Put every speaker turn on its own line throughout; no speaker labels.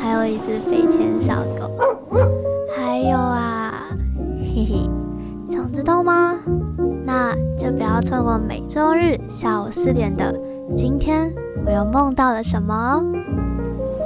还有一只飞天小狗，还有啊，嘿嘿，想知道吗？那就不要错过每周日下午四点的《今天我又梦到了什么》哦。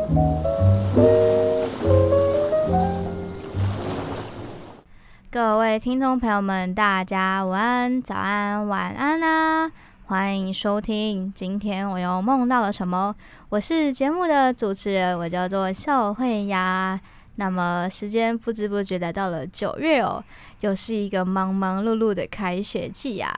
各位听众朋友们，大家午安、早安、晚安啦、欢迎收听，今天我又梦到了什么？我是节目的主持人，我叫做笑慧呀。那么时间不知不觉来到了九月哦，又是一个忙忙碌碌的开学季呀、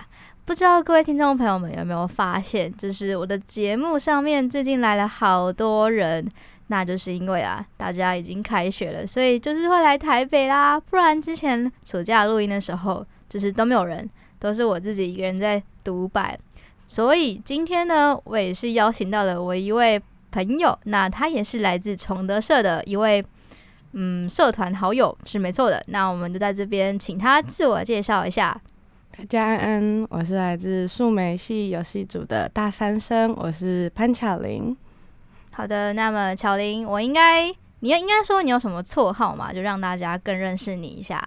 不知道各位听众朋友们有没有发现，就是我的节目上面最近来了好多人，那就是因为啊，大家已经开学了，所以就是会来台北啦。不然之前暑假录音的时候，就是都没有人，都是我自己一个人在独白。所以今天呢，我也是邀请到了我一位朋友，那他也是来自崇德社的一位嗯社团好友，是没错的。那我们就在这边请他自我介绍一下。
大家安安，我是来自树莓系游戏组的大三生，我是潘巧玲。
好的，那么巧玲，我应该，你应该说你有什么绰号嘛，就让大家更认识你一下。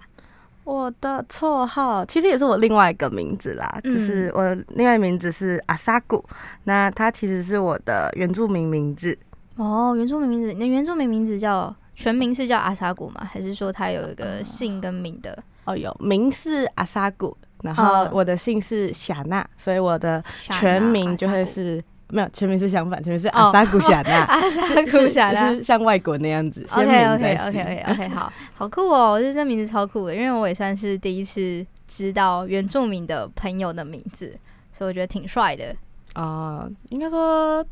我的绰号其实也是我另外一个名字啦，
嗯
就是我另外名字是阿萨古，那它其实是我的原住民名字。
哦，原住民名字，你的原住民名字叫全名是叫阿萨古吗？还是说他有一个姓跟名的？
哦，有名是阿萨古，然后
嗯
我的姓是夏娜，所以我的全名就会是没有全名是相反，全名是哦阿萨古夏娜，
阿萨
是
古夏
是
拉
就。是像外国那样子。先
OK
名
OK
再姓
OK OK OK，好好酷哦！我觉得这名字超酷的，因为我也算是第一次知道原住民的朋友的名字，所以我觉得挺帅的。
啊、应该说，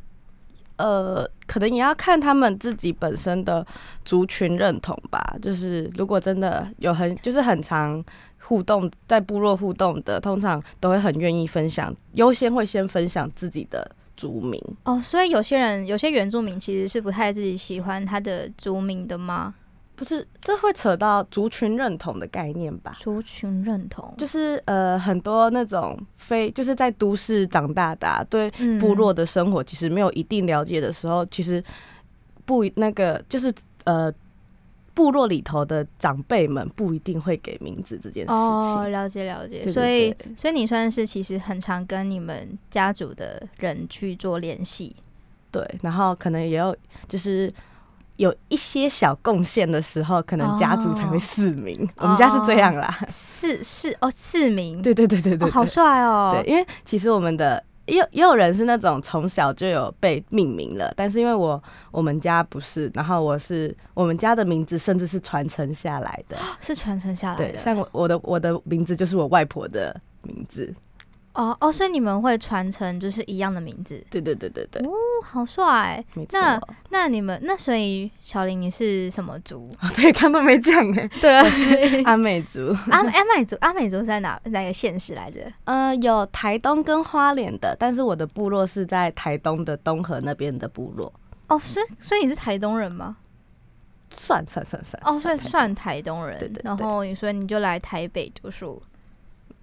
呃，可能也要看他们自己本身的族群认同吧。就是如果真的有很就是很常互动，在部落互动的，通常都会很愿意分享，优先会先分享自己的族名。
哦，所以有些人有些原住民其实是不太自己喜欢他的族名的吗？
不是，这会扯到族群认同的概念吧？
族群认同，
就是呃，很多那种非就是在都市长大的、啊，对
嗯
部落的生活其实没有一定了解的时候，其实不一那个就是呃，部落里头的长辈们不一定会给名字这件事情。
哦，了解了解。
对对
所以
对
所以你算是其实很常跟你们家族的人去做联 系。
对，然后可能也有就是。有一些小贡献的时候，可能家族才会
哦
四名。我们家是这样啦，
是是哦，市民
对对对对对
哦，好
对
帅哦。
对，因为其实我们的也有也有人是那种从小就有被命名了，但是因为我我们家不是，然后我是我们家的名字甚至是传承下来的，
是传承下来
对，
的。
像我我的我的名字就是我外婆的名字，
哦哦，所以你们会传承就是一样的名字，
对对对对对，
哦，好帅。
嗯没错。
那那你们那所以小林你是什么族？
哦对，刚都没讲 哎，
对啊，
阿美族，
阿美阿美族阿美族是在哪哪个县市来着？
呃，有台东跟花莲的，但是我的部落是在台东的东河那边的部落，
哦，所以所以你是台东人吗？
算算算算，
哦，所以
台
算台东人。
对对对
然后你说你就来台北读书。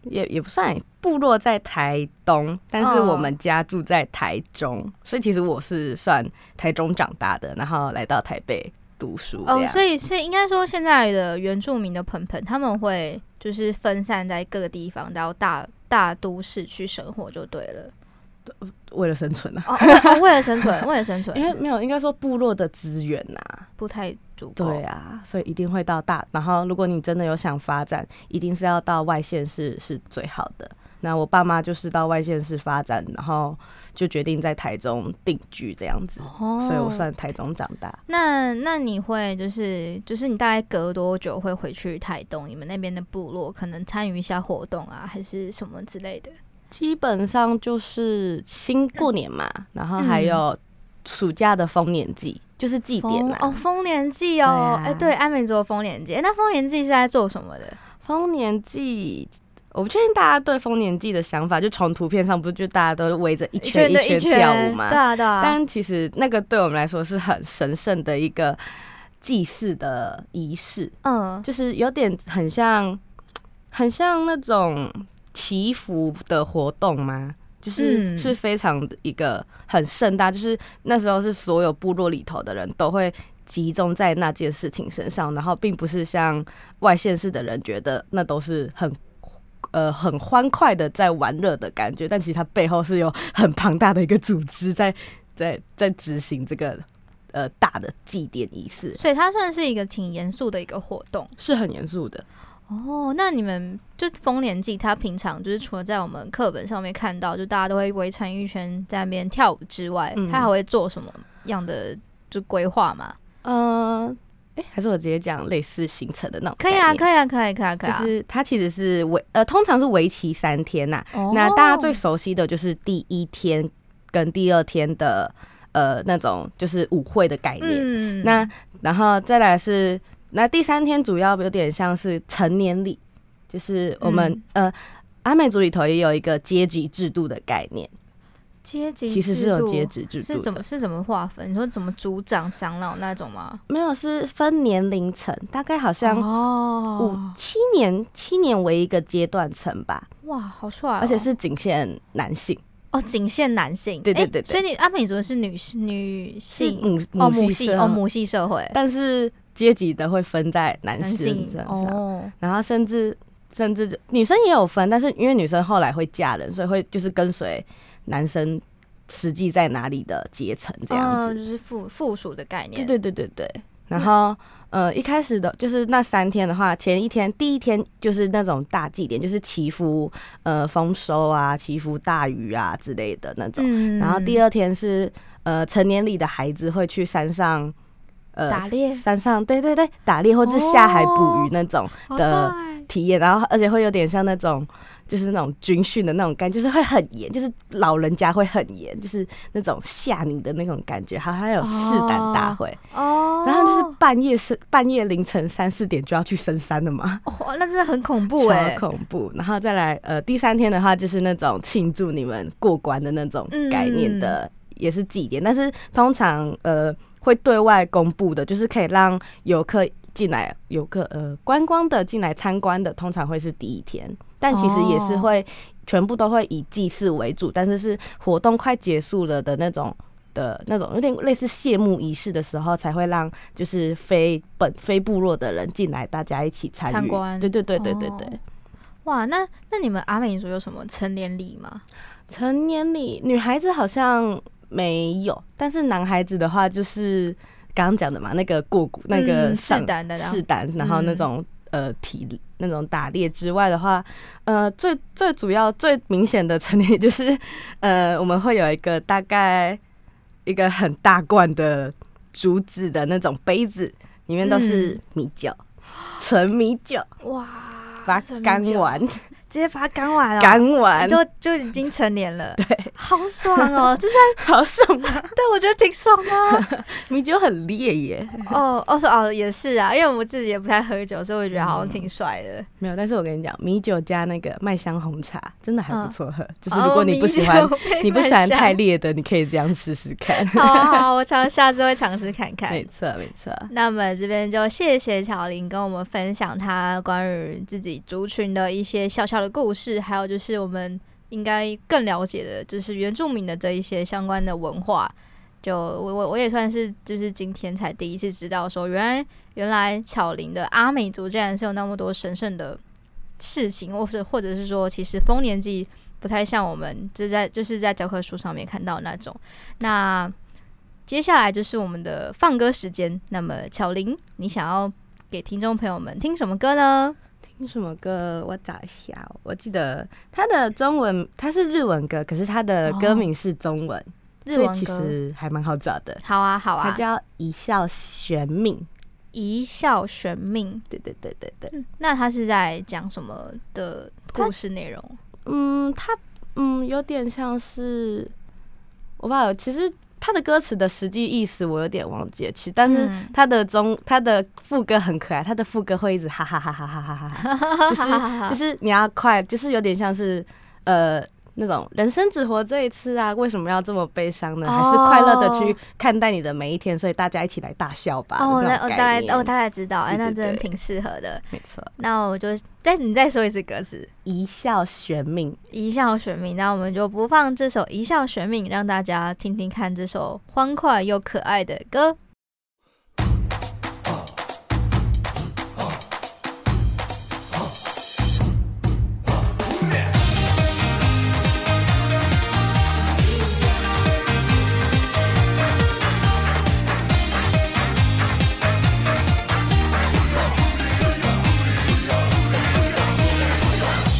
也也不算部落在台东，但是
嗯
我们家住在台中，所以其实我是算台中长大的，然后来到台北读书这
哦，
样。
所以所以应该说现在的原住民的朋朋他们会就是分散在各个地方，到大大都市去生活就对了。
为了生存啊，
哦，为哦为了生存，为了生
因为
存，
没有应该说部落的资源啊呐、
不太足够。
对啊，所以一定会到大。然后如果你真的有想发展，一定是要到外县市是最好的。那我爸妈就是到外县市发展，然后就决定在台中定居这样子，
哦，
所以我算台中长大。
那那你会就是就是你大概隔多久会回去台东？你们那边的部落可能参与一下活动啊，还是什么之类的？
基本嗯上就是新过年嘛，然后还有暑假的丰年祭，就是祭典啊
丰
啦。
哦，丰年祭哦，
对啊
哎、对，安美族的丰年祭，哎那丰年祭是在做什么的？
丰年祭，我不确定大家对丰年祭的想法，就从图片上不是就大家都围着一圈
对
圈跳舞嘛？
对啊对啊，
但其实那个对我们来说是很神圣的一个祭祀的仪式，
嗯，
就是有点很像，很像那种祈福的活动吗？就是
嗯
是非常一个很盛大，就是那时候是所有部落里头的人都会集中在那件事情身上，然后并不是像外县市的人觉得那都是很。呃，很欢快的在玩乐的感觉，但其实它背后是有很庞大的一个组织在在在执行这个呃大的祭典仪式，
所以它算是一个挺严肃的一个活动
是很严肃的。
哦。那你们就丰年祭，它平常就是除了在我们课本上面看到，就大家都会围成一圈在那边跳舞之外，
嗯
它还会做什么样的就规划吗？
呃，哎、还是我直接讲类似行程的那种
可
概
以
念。
啊，可以啊，可以，可以啊，可以啊。
就是它其实是为呃，通常是为期三天呐、
哦
那大家最熟悉的就是第一天跟第二天的呃那种就是舞会的概念。
嗯
那然后再来是那第三天主要有点像是成年礼，就是我们、
嗯
呃阿美族里头也有一个阶级制度的概念，
阶级
其实是
制
有
度
阶级制度
是
的
怎么是怎么划分？你说怎么组长、长老那种吗？
没有是分年龄层，大概好像五
哦，
七年七年为一个阶段层吧，
哇，好帅哦、
而且是仅限男性，
哦，仅限男性，
对对
诶
对对
所以你阿美族是女女
是
性
母
哦，母系
社
哦，母系社会，
但是阶级的会分在男
男
性
性
身上，
哦，
然后甚至甚至就女生也有分，但是因为女生后来会嫁人，所以会就是跟随男生实际在哪里的阶层这样
嗯
子。
就是附附属的概
对
念，
对对对对。然后呃，一开始的就是那三天的话，前一天第一天就是那种大祭典，就是祈福呃丰收啊、祈福大雨啊之类的那种。
嗯
然后第
二
二天是呃成年礼的孩子会去山上。呃，
打猎
山上对对对，打猎或是下海捕鱼那种
哦
的体验，然后而且会有点像那种就是那种军训的那种感觉，就是会很严，就是老人家会很严，就是那种吓你的那种感觉，还还有试胆大会，
哦，
然后就是半夜是半夜凌晨三四点就要去深山了嘛。
哇，那真的很恐怖哎，
超恐怖。然后再来，呃，第三天的话就是那种庆祝你们过关的那种概念的，也是祭典，但是通常呃会对外公布的，就是可以让游客进来，游客呃观光的进来参观的，通常会是第一天，但其实也是会、全部都会以祭祀为主，但是是活动快结束了的那种。的那种有点类似谢幕仪式的时候，才会让就是非本非部落的人进来，大家一起参与。
参观
对对对对对对。
哦哇，那那你们阿美族有什么成年礼吗？
成年礼，女孩子好像没有，但是男孩子的话就是刚刚讲的嘛，那个过骨，那个
嗯
上
试胆的啦嗯
试胆，然后那种、呃体那种打猎之外的话，呃，最最主要最明显的成年礼就是呃，我们会有一个大概一个很大罐的竹子的那种杯子，里面都
嗯
是米酒，纯、米酒，
哇，
把它
成年
干
礼
完，
直接把它干完了，
干完，
哎就就已经成年 了，对，好爽哦，这是
好爽啊！
对我觉得挺爽 的啊。
米酒很烈耶。
哦，哦，说哦，也是啊，因为我自己也不太喝酒，所以我觉
嗯
得好像挺帅的。
没有，但是我跟你讲，米酒加那个麦香红茶真的还
嗯
不错喝。就是如果你不喜欢，
哦米酒配
你不喜欢
麦香
太烈的，你可以这样试试看。
好好好，我尝下次会尝试看看
没。错，没错。
那么这边就谢谢巧玲跟我们分享她关于自己族群的一些小小的故事，还有就是我们应该更了解的，就是原住民的这一些相关的文化。就我我我也算是就是今天才第一次知道说，原来原来巧玲的阿美族竟然是有那么多神圣的事情，或者或者是说，其实丰年祭不太像我们就在就是在教科书上面看到那种。那接下来就是我们的放歌时间。那么，巧玲，你想要给听众朋友们听什么歌呢？
听什么歌？我找一下哦，我记得它的中文，它是日文歌，可是它的歌名是中哦文，
日
所以
文
其
歌。
实还蛮好找的。
好啊，好
它
啊，《
叫《一笑玄命》。
一笑玄命
对对对对对》。，
嗯，那它是在讲什么的故事内容？
嗯，它嗯有点像是，我不知道，其实他的歌词的实际意思我有点忘记了，其实但是
嗯
他的中他的副歌很可爱，他的副歌会一直哈哈哈哈哈哈
嗯
哈 哈，就是
哦
就是你要快，就是有点像是呃。那种人生只活这一次啊，为什么要这么悲伤呢？还是快乐的去
哦
看待你的每一天，所以大家一起来大笑吧。
哦，那
那
我
种
大
概
概
念
我大概知道，哎，
对
那
对
真的
对
挺适合的。
没错，
那我就再你再说一次歌词，
一笑玄命。
《一笑玄命》，那我们就不放这首《一笑玄命》，让大家听听看这首欢快又可爱的歌。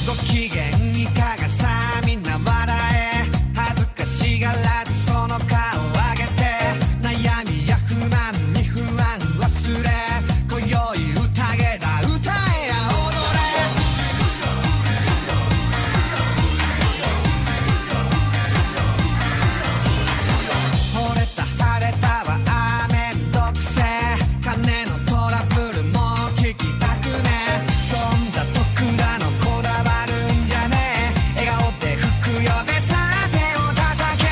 ご機嫌いかがさみんな笑え恥ずかしがらずその顔上げて悩みや不満に不安忘れ今宵宴だ歌えや踊れ惚れた晴れたは雨独占金のトラブルも聞きたくねそんな特だのこだわるんじゃねえ笑顔で服呼べさ手を叩け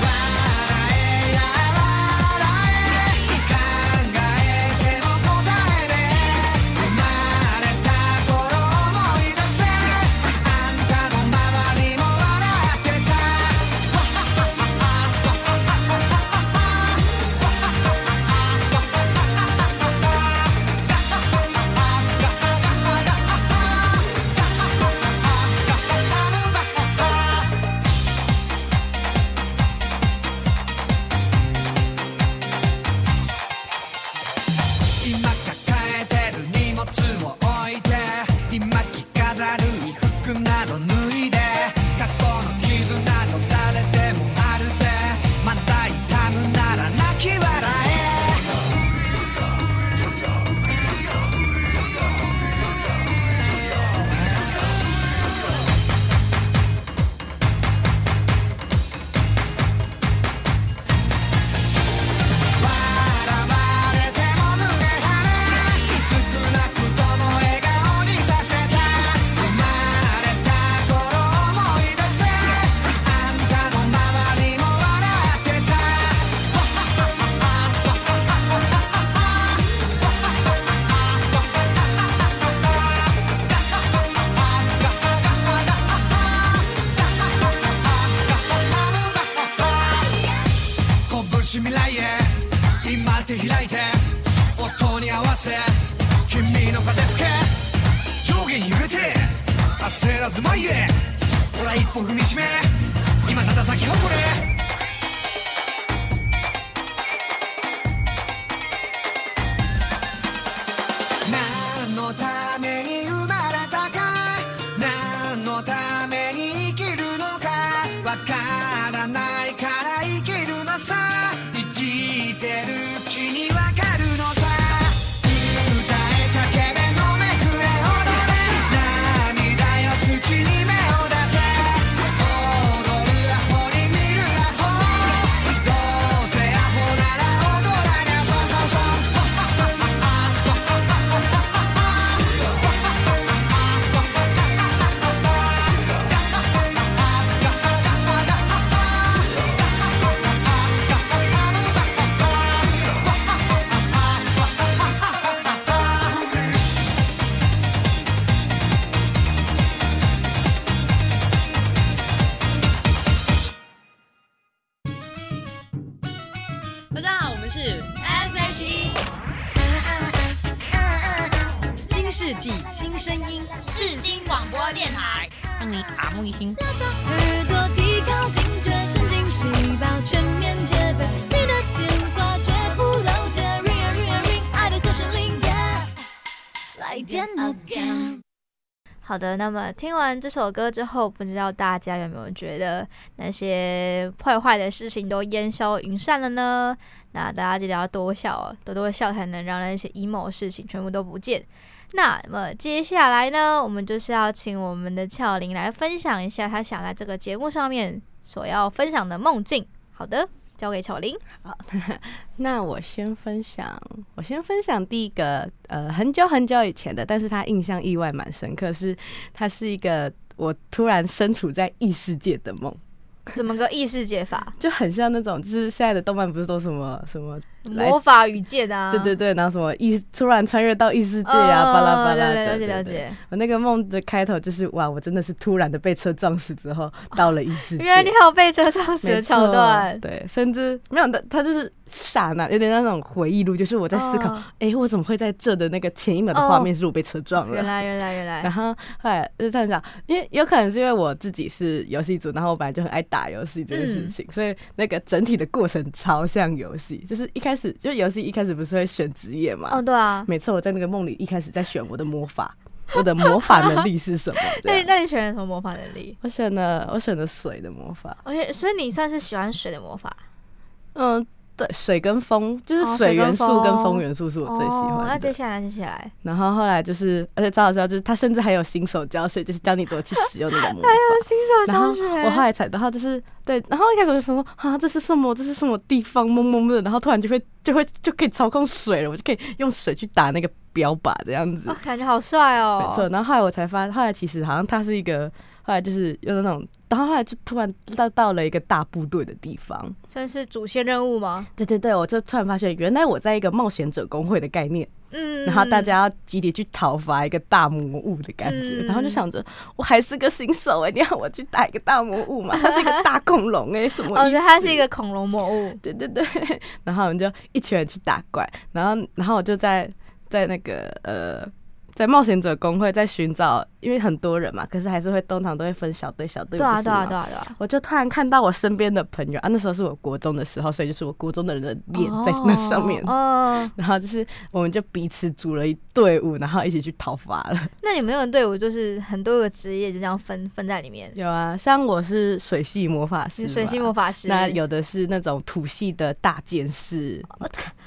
笑えや笑え考えてみれば答えで生まれた頃思い出せあんたの周りも笑ってた今抱えてる荷物を置いて今着飾る衣服など脱いで過去の傷など誰でもあるぜまた痛むなら泣き笑え笑われても胸張れ少なくとも笑顔で答えにさせた生まれた頃思い出せあんたの周りも笑ってた拳未来へ今手開いて音に合わせ君の風吹け上下に揺れて焦らず前へ空一歩踏みしめ今ただ咲き誇れ何のために生まれたか何のために生きるのかわからないから生きるのさ生きてるうちにわかるのさ歌え叫べ飲めくれ踊れ涙よ土に目を出せ踊るアホに見るアホどうせアホなら踊らなそうそうそう
大家好，我们是 S H E。新世纪新声音，世新广播电台，让你耳目一新。
耳朵提高警觉神经细胞全面戒备，你的电话绝不漏接。Ring a ring a ring，爱的和弦铃，Yeah，来电 again。
好的，那么听完这首歌之后，不知道大家有没有觉得那些坏坏的事情都烟消云散了呢？那大家记得要多笑哦，多多笑才能让那些 emo 事情全部都不见。那么接下来呢，我们就是要请我们的俏玲来分享一下她想在这个节目上面所要分享的梦境。好的，交给巧玲。
那我先分享，我先分享第一个，呃，很久很久以前的，但是他印象意外蛮深刻，是它是一个我突然身处在异世界的梦，
怎么个异世界法？
就很像那种，就是现在的动漫不是都什么什么 来
魔法与剑啊？
对对对，然后什么异突然穿越到异世界啊，巴拉巴拉
了解哦
的。
了解
对
了。
对
解。
我那个梦的开头就是哇，我真的是突然的被车撞死之后到了异世 界。
原来你还有被车撞死
没
的桥
错
段。
对，甚至没有，他他就是刹那，有点那种回忆录，就是我在思考，
哦
哎、我怎么会在这的那个前一秒的画面是我被车撞
嗯
了。
原来原来原来
然。后后来就是探想，因为有可能是因为我自己是游戏组，然后我本来就很爱打游戏这件
嗯
事情，所以那个整体的过程超像游戏。就是一开始，就是游戏一开始不是会选职业嘛？
哦，对啊。
没错，我在那个梦里一开始在选我的魔法，我的魔法能力是什么？这
那你
样
那你选了什么魔法能力？
我选了，我选了水的魔法。
而且，所以你算是喜欢水的魔法，
嗯，对，水跟风，就
哦水
是水
跟
元素跟
风
风元素是我最喜
哦。那
欢的。
接下来，接下来，
然后后来就是，而且超好笑，就是他甚至还有新手教学，就是教你怎么去使用那个魔法。
哦新手
然
哎
后
教学。
我后来才，然后就是对，然后一开始我就想说啊，这是什么？这是什么地方？懵懵的，然后突然就会就会就可以操控水了，我就可以用水去打那个标靶这样子
哦。感觉好帅哦。
没错，然后后来我才发，后来其实好像它是一个，后来就是有那种，然后后来就突然到到了一个大部队的地方。
算是主线任务吗？
对对对，我就突然发现，原来我在一个冒险者工会的概念，
嗯，
然后大家要集体去讨伐一个大魔物的感觉，
嗯
然后就想着我还是个新手哎、你要我去打一个大魔物嘛？它是一个 大恐龙哎、什么意思？
哦，对，它是一个恐龙魔物，
对对对，然后我们就一群人去打怪，然后然后我就在在那个呃。在冒险者工会在寻找，因为很多人嘛，可是还是会通常都会分小队小队。
对啊，
不是
对啊，
吗
对啊，对啊，
我就突然看到我身边的朋友啊，那时候是我国中的时候，所以就是我国中的人的脸在那上面。
哦，哦
然后就是我们就彼此组了一队伍，然后一起去讨伐了。
那你们那个队伍就是很多个职业就这样分分在里面，
有啊，像我是水系魔法师
你
嘛，
水星魔法师，哦
那有的是那种土系的大剑士，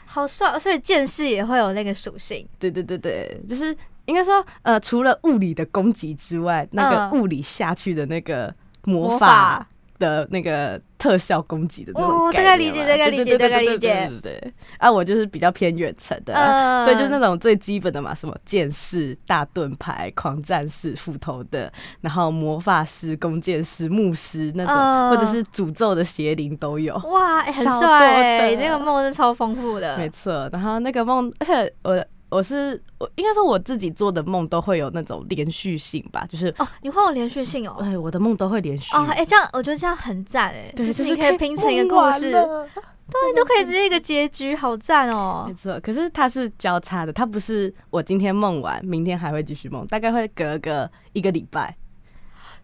好帅，所以剑士也会有那个属性，
对对对对，就是应该说，呃，除了物理的攻击之外，那
嗯
个物理下去的那个
魔
魔
法
法的那个特效攻击的那
哦
种
大概
概念
理解
嘛
大概
对
理
对
解
对
大概
对
理
对
解
对对对，啊，我就是比较偏远程的啊，
嗯
所以就是那种最基本的嘛，什么剑士、大盾牌、狂战士、斧头的，然后魔法师、弓箭师、牧师那
嗯
种，或者是诅咒的邪灵都有。
哇，欸很
超
帅
多
欸，
的
那个梦是超丰富的，
没错，然后那个梦，而且我我是我应该说我自己做的梦都会有那种连续性吧，就是
哦，你会有连续性哦。
哎，我的梦都会连续。
哦，哎、这样我觉得这样很赞哎，
对，
是
就
你可以拼成一个故事，
梦完了
对，就可以直接一个结局，好赞哦
没！错。可是它是交叉的，它不是我今天梦完，明天还会继续梦，大概会隔个一个礼拜。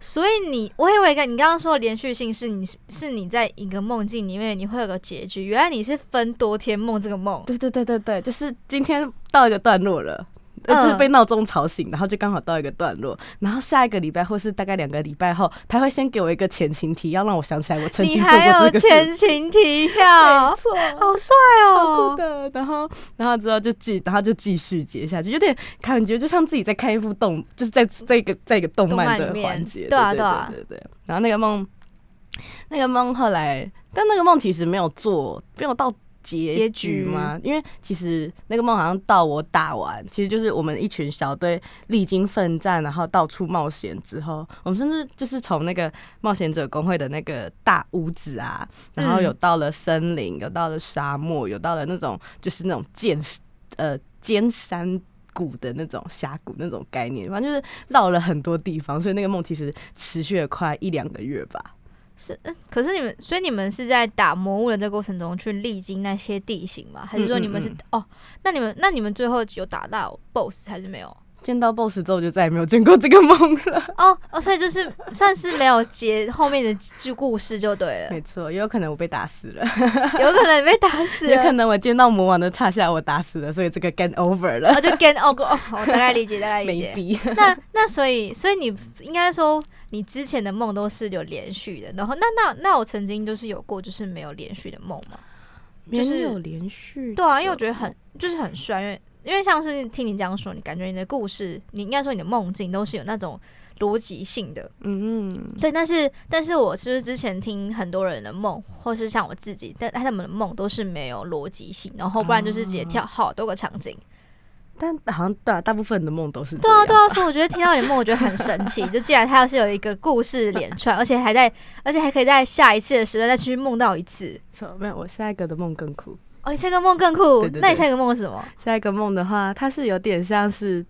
所以你，我以为你刚刚说的连续性是你是你在一个梦境里面你会有个结局，原来你是分多天梦这个梦，
对对对对对，就是今天到一个段落了。呃，
嗯
就是被闹钟吵醒，然后就刚好到一个段落，然后下一个礼拜或是大概两个礼拜后，他会先给我一个前情提要，让我想起来我曾
你
经做
还
过
有
这个事情。
前情提要，
错，
好帅
超酷
哦！
的。然后，然后之后就继，然后就继续接下去，有点感觉就像自己在看一部动，就是在在一个在一个动漫
动漫
的
里面
环节，
对啊
对
对啊
对对对。然后那个梦，那个梦后来，但那个梦其实没有做，没有到。
结
结
局
局吗？因为其实那个梦好像到我打完，其实就是我们一群小队历经奋战，然后到处冒险之后，我们甚至就是从那个冒险者工会的那个大屋子啊，然后
嗯
有到了森林，有到了沙漠，有到了那种就是那种剑呃尖山谷的那种峡谷那种概念，反正就是绕了很多地方，所以那个梦其实持续了快一两个月吧。
是，呃可是你们，所以你们是在打魔物的这个过程中去历经那些地形吗？还是说你们是、
嗯嗯
哦？那你们那你们最后有打到 BOSS 还是没有？
见到 BOSS 之后，就再也没有见过这个梦了。
哦哦，所以就是算是没有结后面的就故事就对了，
没错，也有可能我被打死 了，
有可能被打死
也
了，
可能我见到魔王的刹下我打死了，所以这个 game over 了
哦。就 get 哦哦，我大概理解，大概理解。
maybe
那那所以所以你应该说你之前的梦都是有连续的，然后那那那我曾经就是有过就是没有连续的梦嘛，就是
没有连续的，
对啊，因为我觉得很就是很帅，因为因为像是听你这样说，你感觉你的故事，你应该说你的梦境都是有那种逻辑性的，
嗯，
对。但是，但是我是不是之前听很多人的梦，或是像我自己，但他们的梦都是没有逻辑性，然后不然就是直接跳好多个场景。
但好像对啊，大部分的梦都是
对啊，对
啊，
啊，所以我觉得听到你的梦，我觉得很神奇。就既然它要是有一个故事连串，而且还在，而且还可以在下一次的时候再去梦到一次。
错没有，我下一个的梦更酷。
哦，你下一个梦更酷。
对对对
那你下一个梦是什么？
下一个梦的话，它是有点像是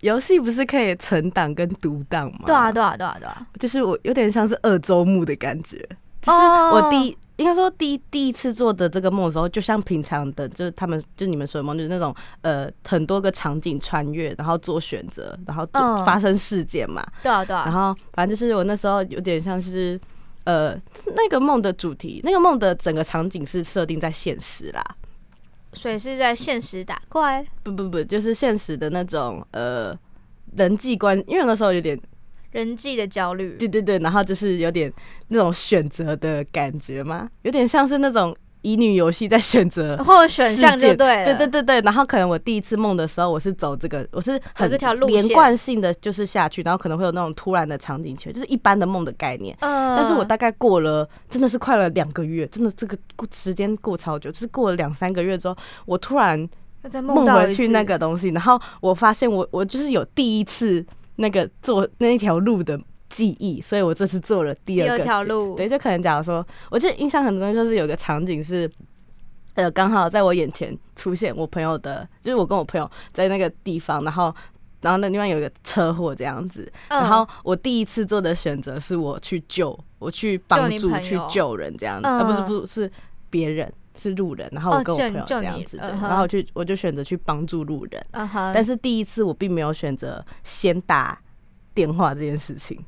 游戏，不是可以存档跟读档吗？
对啊，，对啊，对啊，对啊。
就是我有点像是二周目的感觉，就是
哦
我第一。应该说第一第一次做的这个梦的时候，就像平常的，就是他们就你们说的梦，就是那种呃很多个场景穿越，然后做选择，然后做、
嗯
发生事件嘛。
对啊，对
然
啊，
后反正就是我那时候有点像是呃那个梦的主题，那个梦的整个场景是设定在现实啦。
所以是在现实打怪，
不不不，就是现实的那种呃人际关，因为我那时候有点
人际的焦虑。
对对对，然后就是有点那种选择的感觉嘛，有点像是那种乙女游戏在选择
或哦选项
事件
就对了。
对对对对，然后可能我第一次梦的时候，我是走这个，我是
走
很
这条路线
连贯性的就是下去，然后可能会有那种突然的场景球，就是一般的梦的概念。
嗯
但是我大概过了，真的是快了两个月，真的这个过时间过超久，就是过了两三个月之后，我突然
又嗯在
梦
到
回
一
去
次
那个东西，然后我发现我我就是有第一次那个做那一条路的记忆，所以我这次做了第
第
二
二
个
条
记
路，
对，就可能假如说，我记得印象很深，就是有个场景是，呃，刚好在我眼前出现我朋友的，就是我跟我朋友在那个地方，然后。然后那地方有一个车祸这样子，
嗯
然后我第一次做的选择是我去救，我去帮
你
助
朋
去
友嗯
救人这样子，啊不是不是是别人是路人，然后
哦
我跟我
救
朋
你
友
救
这样
你
子，对，
嗯哼
然后我去我就选择去帮助路人，
嗯哼，
但
是
是第一次我并没有选择先打电话这件事情，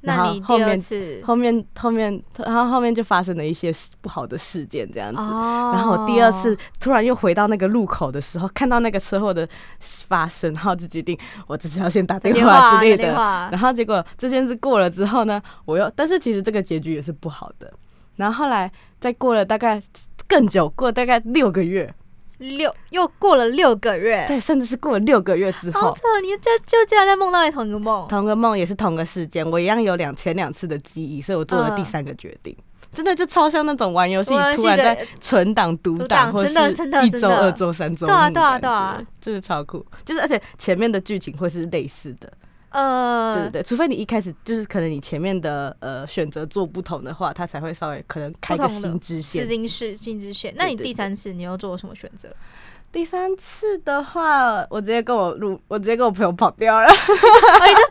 然
那
后
你第
后
二
面
次哦
后面后面，然后后面就发生了一些事不好的事件这样子。
哦
然后我第二次突然又回到那个路口的时候，看到那个车祸的发生，然后就决定我只是要先打
打
电
电
话
话
之类
打电
的。
话
然后结果这件事过了之后呢，我又但是其实这个结局也是不好的。然后后来再过了大概更久，过了大概六个月，
六又过了六个 月，
对，甚至是过了六个月之
好
后，
扯，你就就竟然在梦到同一个梦，
同个梦也是同个事件，我一样有两前两次的记忆，所以我做
嗯
了第三个决定。真的就超像那种玩游戏
玩，游戏
突然
的
在存档、读
读档
档，或者
真的
是
真的
一
真
周、
的
二周、三周，
对啊对啊对啊，
真的超酷。就是而且前面的剧情会是类似的，对对
呃，
对，除非你一开始就是可能你前面的呃选择做不同的话，它才会稍微可能开个
不同的
新支线
四。金是金之线，那你
对对
第三次你又做了什么选择？ 哦
第三次的话，我直接跟我路，我直接跟我朋友跑掉了。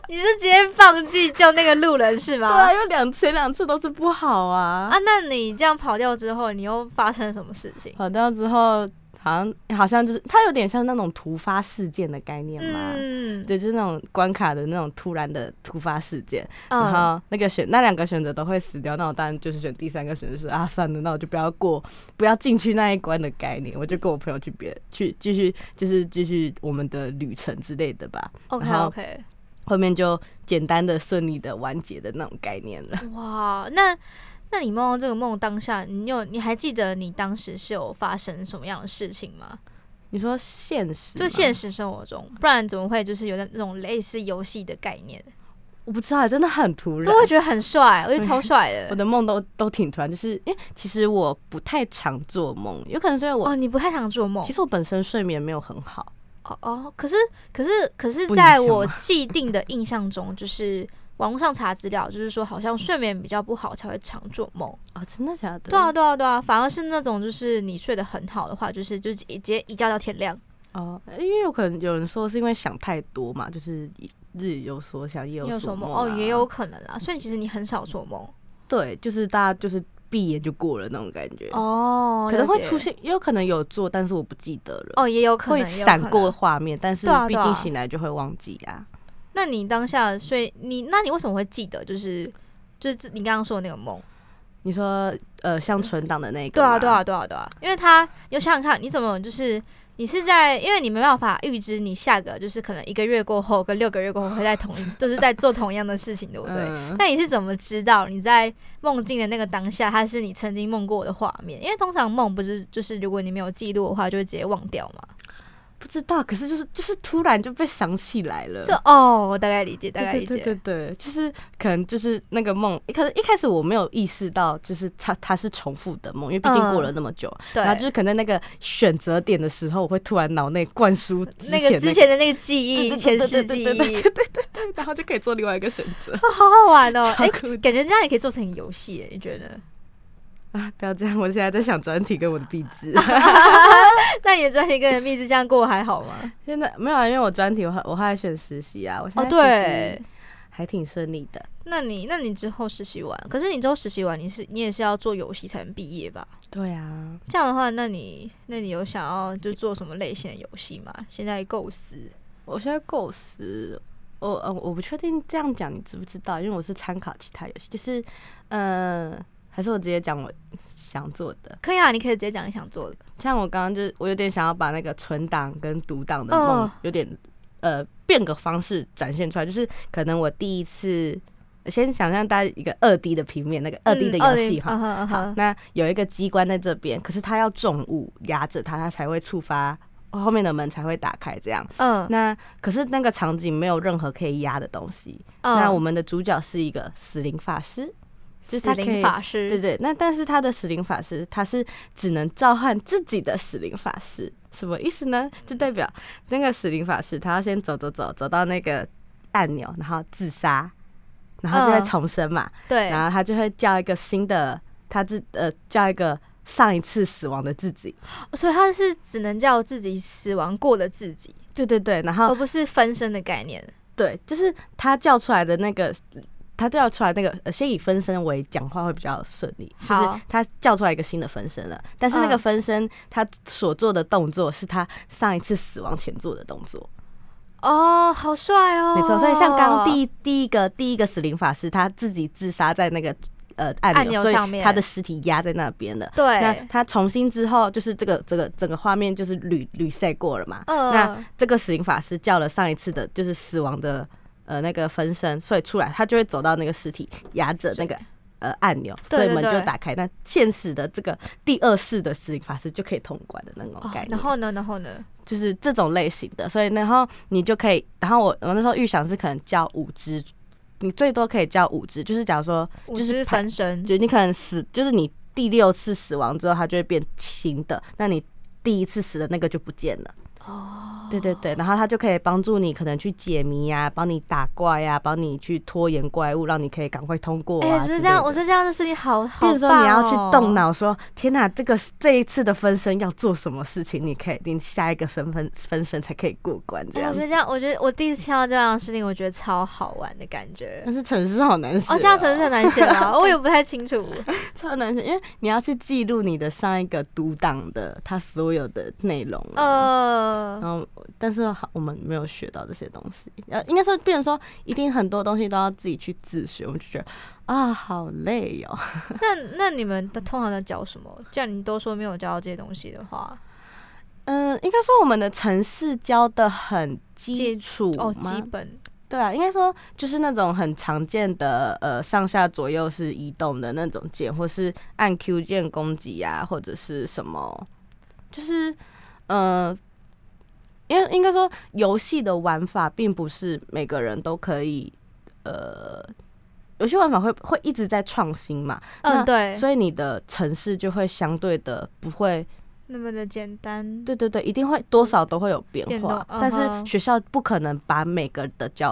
你是直接放弃救那个路人是吗？
对啊， 因为两前两次都是不好啊。
啊，那你这样跑掉之后，你又发生了什么事情？
跑掉之后，好像好像就是它有点像那种突发事件的概念嘛。
嗯，
对，就是那种关卡的那种突然的突发事件，然
嗯，
后那个选那两个选择都会死掉，那我当然就是选第三个选择，就是啊，算了，那我就不要过，不要进去那一关的概念，我就跟我朋友去别去继续就是继续我们的旅程之类的吧。
OK
然后
OK，
后面就简单的顺利的完结的那种概念了。
哇，那那你梦到这个梦当下，你有你还记得你当时是有发生什么样的事情吗？
你说现实吗？
就现实生活中，不然怎么会就是有那种类似游戏的概念？
我不知道，真的很突然。
都会觉得很帅，我觉得超帅
啊 我
的。
的梦都都挺突然，就是因为其实我不太常做梦，有可能是因为我、
哦，你不太常做梦
其，实我本身睡眠没有很好，
哦哦，可是可是可是
不，影
在
响
我
吗
既定的印象中，就是网络上查资料，就是说好像睡眠比较不好才会常做梦。
哦，真的假的？
对啊，，对啊，对啊，反而是那种就是你睡得很好的话，就是就直接一觉到天亮。
哦，因为有可能有人说是因为想太多嘛，就是日有所想，夜
你有
所
什么？
啊
哦，也有可能啦。所以其实你很少做梦
对，就是大家就是闭眼就过了那种感觉，
哦
可能会出现，也有可能有做，但是我不记得了，
哦，也有可能
会闪过。画面，但是
对啊
毕
对啊
竟醒来就会忘记啊呀、
那你当下，所以你那你为什么会记得？就是就是自你刚刚说的那个梦？
你说呃，像存档的那个，
对啊，对啊，，对啊，对啊。因为他，你就想想看，你怎么就是你是在，因为你没办法预知你下个就是可能一个月过后跟六个月过后会在同一，就是在做同样的事情，对啊不对？
嗯
那你是怎么知道你在梦境的那个当下，它是你曾经梦过的画面？因为通常梦不是就是如果你没有记录的话，就会直接忘掉嘛。
不知道，可是就是就是突然就被想起来了，
就哦，我大概理解，大概
对
理
对对
解。
对，对就是可能就是那个梦，可能一开始我没有意识到，就是它它是重复的梦，因为毕竟
嗯
过了那么久，
对，
然后就是可能在那个选择点的时候，我会突然脑内灌输之
那个
那
之前的那个记
对
忆，
对对
前
对
世
对
记
对对
忆
对，对对对，然后就可以做另外一个选择
哦好好玩哦！
超
哎，
酷的
感觉这样也可以做成游戏耶，你觉得？
啊！不要这样，我现在在想专题跟我的壁纸。
那你的专题跟你的蜜汁这样过还好吗？
现在没有啊，因为我专题我还我还选实习啊，我现
哦，
在实
对
习，还挺顺利的。
那你那你之后实习完，可是你之后实习完，你是你也是要做游戏才能毕业吧？
对啊，
这样的话，那你那你有想要就做什么类型的游戏吗？现在构思
我现在构思，我呃我不确定这样讲你知不知道，因为我是参考其他游戏，就是呃还是我直接讲我想做的。
可以啊，你可以直接讲你想做的。
像我刚刚就是我有点想要把那个存档跟读档的
哦
梦有点、呃变个方式展现出来，就是可能我第一次先想象大家一个二 D 的平面那个二 D 的游戏哈，
嗯嗯哼嗯
好，
哼
那有一个机关在这边，可是它要重物压着它，它才会触发后面的门才会打开这样。
嗯，
那可是那个场景没有任何可以压的东西。
嗯
那我们的主角是一个死灵法师，就是
死
他可
灵
以
法师，
对对。那但是他的死灵法师，他是只能召唤自己的死灵法师，什么意思呢？就代表那个死灵法师，他要先走走走走到那个按钮，然后自杀，然后就会
嗯
重生嘛。
对
然后他就会叫一个新的，他自呃叫一个上一次死亡的自己。
所以他是只能叫自己死亡过的自己，
对对对，然
而
后
不是分身的概念。
对，就是他叫出来的那个，他叫出来那个，呃、先以分身为讲话会比较顺利。就是
好
他叫出来一个新的分身了，但是那个
嗯
分身他所做的动作是他上一次死亡前做的动作，
哦，好帅哦！
没错。所以像刚刚第一第一个第一个死灵法师他自己自杀在那个。呃，按
按
钮，
钮
所
上
以
面
他的尸体压在那边了。那
对，
他重新之后，就是这个这个整个画面就是捋捋赛过了嘛。
嗯
那这个死灵法师叫了上一次的，就是死亡的呃那个分身，所以出来他就会走到那个尸体，压着那个呃按钮，
对
所以
对
门就
对
打开。那现实的这个第二世的死灵法师就可以通关的那种
哦
概念。
然后呢，然后呢，
就是这种类型的，所以然后你就可以，然后我我那时候预想是可能叫五只。你最多可以叫五只，就是假如说，
五
就是
只
排
分身，
就你可能死，就是你第六次死亡之后，它就会变新的，那你第一次死的那个就不见了。哦，对对对，然后它就可以帮助你，可能去解谜呀、帮你打怪呀、帮你去拖延怪物，让你可以赶快通过
哎，
啊。
我觉
之
得
类
这样，
的
我觉得这样的事情好好棒哦。
比如说你要去动脑，说天哪，这个这一次的分身要做什么事情？你可以，你下一个身份分身才可以过关，这
哎。
样
我觉
子。
得这样，我觉得我第一次听到这样的事情，我觉得超好玩的感觉。
是啊城市好难写
哦，现在程式很难写 了，我也不太清楚。
超难写，因为你要去记录你的上一个读档的它所有的内容啊、
呃，
然后，但是好我们没有学到这些东西，呃，应该说，变成说，一定很多东西都要自己去自学，我们就觉得啊，好累哦哟、
那那你们的通常在教什么？既然你都说没有教到这些东西的话，
嗯、应该说我们的城市教的很基
基
础
哦，
吗
基本
对啊，应该说就是那种很常见的，呃，上下左右是移动的那种键，或是按 Q 键攻击呀、或者是什么，就是呃，因为应该说游戏的玩法并不是每个人都可以，呃，有些玩法会会一直在创新嘛，那
嗯，对，
所以你的城市就会相对的不会
那么的简单，
对对对，一定会多少都会有变
嗯变
化
动，嗯
但
哼
是学校不可能把每个的教。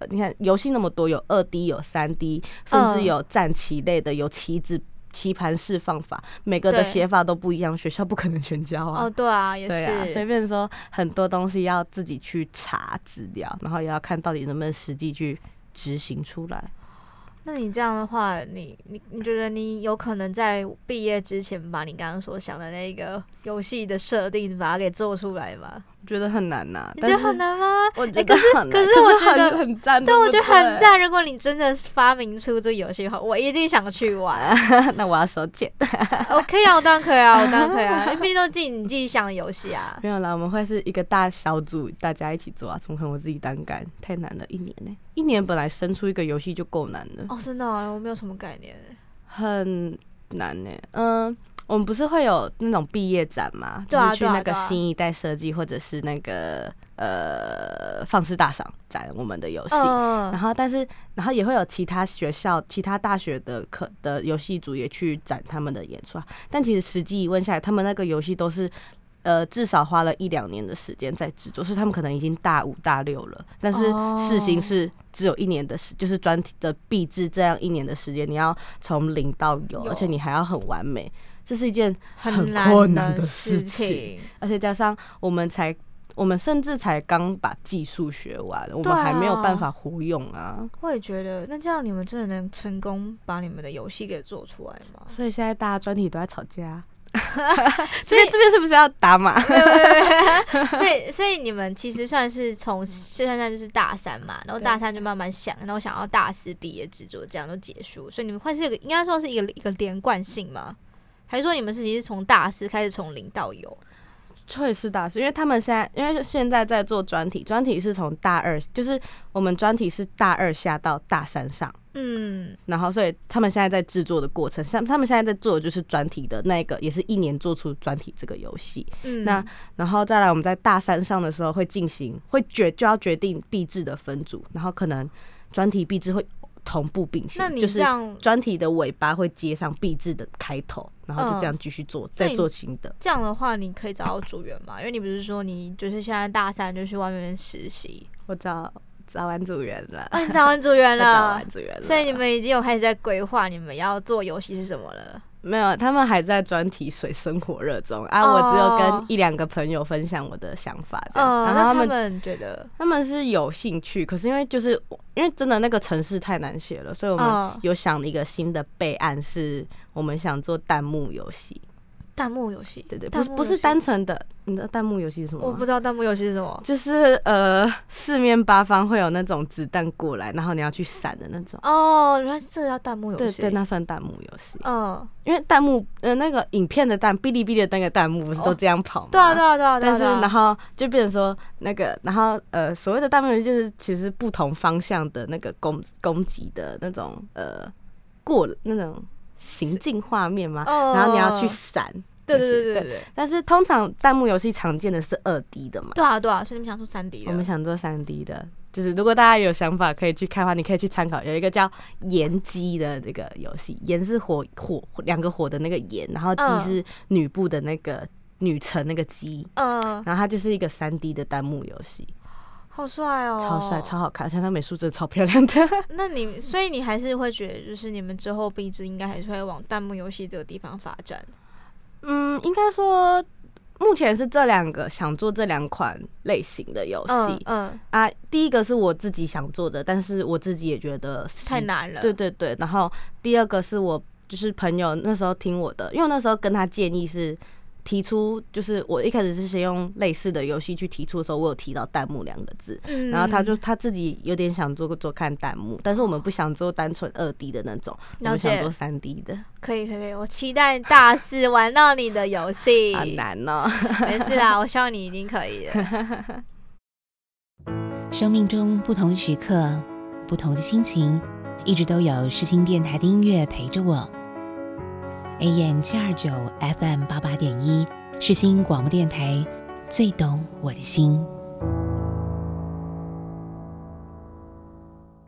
呃你看游戏那么多，有二 D，有三 D，甚至
嗯
有战棋类的，有棋子、棋盘释放法，每个的
对
写法都不一样，学校不可能全教啊。
哦，对啊，也
对啊，
是，
所以变成说很多东西要自己去查资料，然后也要看到底能不能实际去执行出来。
那你这样的话，你你你觉得你有可能在毕业之前把你刚刚所想的那个游戏的设定把它给做出来吗？
我觉得很难呐、
你觉
但
得
是
很难吗？
我觉
哎
得
可是
很难、
可是
是
我觉得
很很
但
赞，对
我
不
觉得很
对。
赞，如果你真的发明出这个游戏的话，我一定想去玩。 啊
那我要收件。
我可以啊，我当然可以啊，我当然可以啊，因为毕竟都自己你自己想的游戏 啊。
没有啦，我们会是一个大小组，大家一起做啊，怎么可能我自己单干？太难了，一年呢、一年本来生出一个游
哦
戏就够难了，
哦，真的、哦，我没有什么概念。
很难呢、嗯、我们不是会有那种毕业展吗？
对啊
就是去
对啊
那个
对啊
新一代设计或者是那个呃放肆大赏展我们的游戏。然
嗯，
后，但是，然后也会有其他学校、其他大学的课的游戏组也去展他们的演出啊。但其实实际问下来，他们那个游戏都是，呃，至少花了一两年的时间在制作，所以他们可能已经大五、大六了。但是
哦
试行是只有一年的时，就是专题的毕制这样一年的时间，你要从零到有，
有
而且你还要很完美，这是一件很困
难
难
的
的事
情
情。而且加上我们才，我们甚至才刚把技术学完，我
对
们
啊
还没有办法活用啊。
我也觉得，那这样你们真的能成功把你们的游戏给做出来吗？
所以现在大家专题都在吵架，
所以
这边是不是要打 码？
所以，所以你们其实算是从现在就是大三嘛，然后大三就慢慢想，然后想要大四毕业制作这样都结束，所以你们会是有个应该说是一个一个连贯性吗？还是说你们是其实从大四开始从零到有？
会是大四，因为他们现在因为现在在做专题，专题是从大二，就是我们专题是大二下到大三上。
嗯，
然后，所以他们现在在制作的过程，像他们现在在做的就是专题的那个，也是一年做出专题这个游戏。
嗯
那然后再来，我们在大三上的时候会进行，会决就要决定毕制的分组，然后可能专题毕制会同步并行
那，你
就
这
是
样、
专题的尾巴会接上毕制的开头，然后就这样继续做，
那
再
嗯你
做新的。
这样的话，你可以找到组员嘛？因为你不是说你就是现在大三就去外面实习，
我找找完组员了，
啊，你找完组员
我找
了
完。组员了，
所以你们已经有开始在规划你们要做游戏是什么了，
没有？他们还在专题水深火热中啊！
哦
我只有跟一两个朋友分享我的想法，这
呃，
样，然后
那
他
他
们
们觉得，
他们是有兴趣，可是因为就是因为真的那个城市太难写了，所以我
嗯
们有想了一个新的备案，是我们想做弹幕游戏，
弹幕游戏，
对对，不
弹
是
幕
不
游
是
戏
单纯的，你知道弹幕游戏是什么
我
吗
不？知道弹幕游戏是什么。
就是呃，四面八方会有那种子弹过来，然后你要去闪的那种。
哦，原来这个叫弹幕游
对
戏。
对，那算弹幕游戏，
嗯，
因为弹幕呃那个影片的弹，哔哩哔哩的那个弹幕不是都这样跑吗？
对啊，对啊，对啊，对
但
啊
是
对啊
然后就变成说那个，然后呃，所谓的大面就是其实不同方向的那个攻攻击的那种呃过那种行进画面嘛，
哦
然后你要去闪。
对对对对
那些
对对，
但是通常弹幕游戏常见的是二 D 的嘛，
对啊对啊，所以你们想出三 D 的，
我们想做三 D 的。就是如果大家有想法可以去看的话，你可以去参考有一个叫“盐鸡”的这个游戏，盐是火火两个火的那个盐，然后鸡
嗯
是女部的那个女臣那个鸡，
嗯，
然后它就是一个三 D 的弹幕游戏。
好帅哦，
超帅、超好看，而且他美术真的超漂亮的。
那你所以你还是会觉得，就是你们之后毕制应该还是会往弹幕游戏这个地方发展。
嗯，应该说目前是这两个想做这两款类型的游
嗯
戏、
嗯，
啊。第一个是我自己想做的，但是我自己也觉得是
太。难了。
对对对，然后第二个是我就是朋友那时候听我的，因为我那时候跟他建议是。提出就是我一开始是先用类似的游戏去提出的时候，我有提到弹幕两个字，
嗯，
然后他就他自己有点想做做看弹幕，但是我们不想做单纯二 D 的那种，我
了
们想
解
做三 D 的。
可以可以可以，我期待大四玩到你的游戏。
好难哦。
没事啦，我希望你一定可以的。
生命中不同时刻、不同的心情，一直都有世新电台的音乐陪着我。AM 七二九 FM 八八点一，世新广播电台，最懂我的心。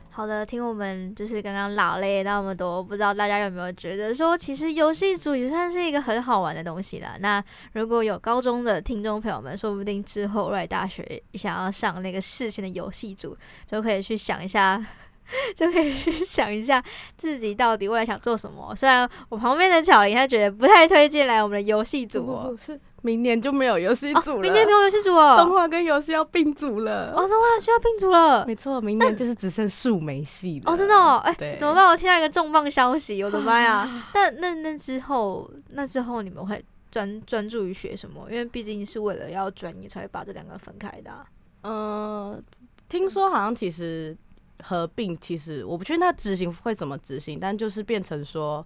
好的，听我们就是刚刚老累那么多，不知道大家有没有觉得说，其实游戏组也算是一个很好玩的东西啦。那如果有高中的听众朋友们，说不定之后来大学想要上那个事情的游戏组，就可以去想一下。 就可以去想一下自己到底未来想做什么。虽然我旁边的巧玲她觉得不太推荐来我们的游戏 组
不不
哦，
不是明年就没有游戏组了，
哦明天没有游戏组哦，
动画跟游戏要并组了。
哦，动画需要并组了，
没错，明年就是只剩数媒系了。
哦，真的、哦，哎、
对
怎么办？我听到一个重磅消息，我的妈 呀！那那那之后，那之后你们会专专注于学什么？因为毕竟是为了要专业才会把这两个分开的啊、
呃，听说好像其实合并，其实我不确定它执行会怎么执行，但就是变成说。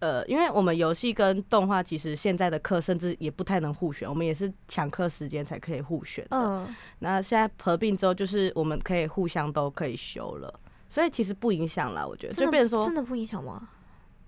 呃，因为我们游戏跟动画其实现在的课甚至也不太能互选，我们也是抢课时间才可以互选的。
嗯，
那现在合并之后，就是我们可以互相都可以修了，所以其实不影响啦，我觉得
真
就
的
变成说
真的不影响吗？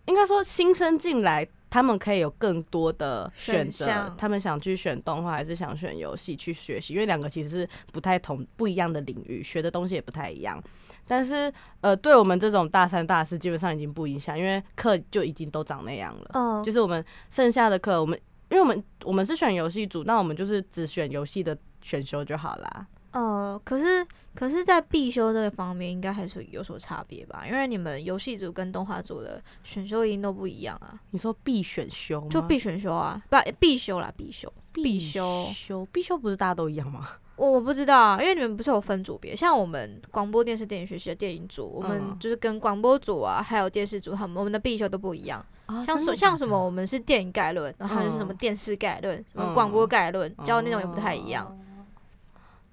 应该说新生进来，他们可以有更多的选
选
择
项，
他们想去选动画还是想选游戏去学习，因为两个其实是不太同不一样的领域，学的东西也不太一样。但是呃，对我们这种大三、大四，基本上已经不影响，因为课就已经都长那样了。
哦，
就是我们剩下的课，我们因为我们我们是选游戏组，那我们就是只选游戏的选修就好啦。
哦，可是可是在必修这个方面，应该还是有所差别吧？因为你们游戏组跟动画组的选修一定都不一样啊，
你说必选修吗
就必选修啊，不必修啦，必修。必
必
修
修必修不是大家都一样吗？
我我不知道啊，因为你们不是有分组别，像我们广播电视电影学系的电影组，我们
嗯
就是跟广播组啊，还有电视组，他们我们的必修都不一样。
哦
像什像什么，我们是电影概论，然后还有就是什么
嗯
电视概论、什么
嗯
广播概论，教的内容也不太一样。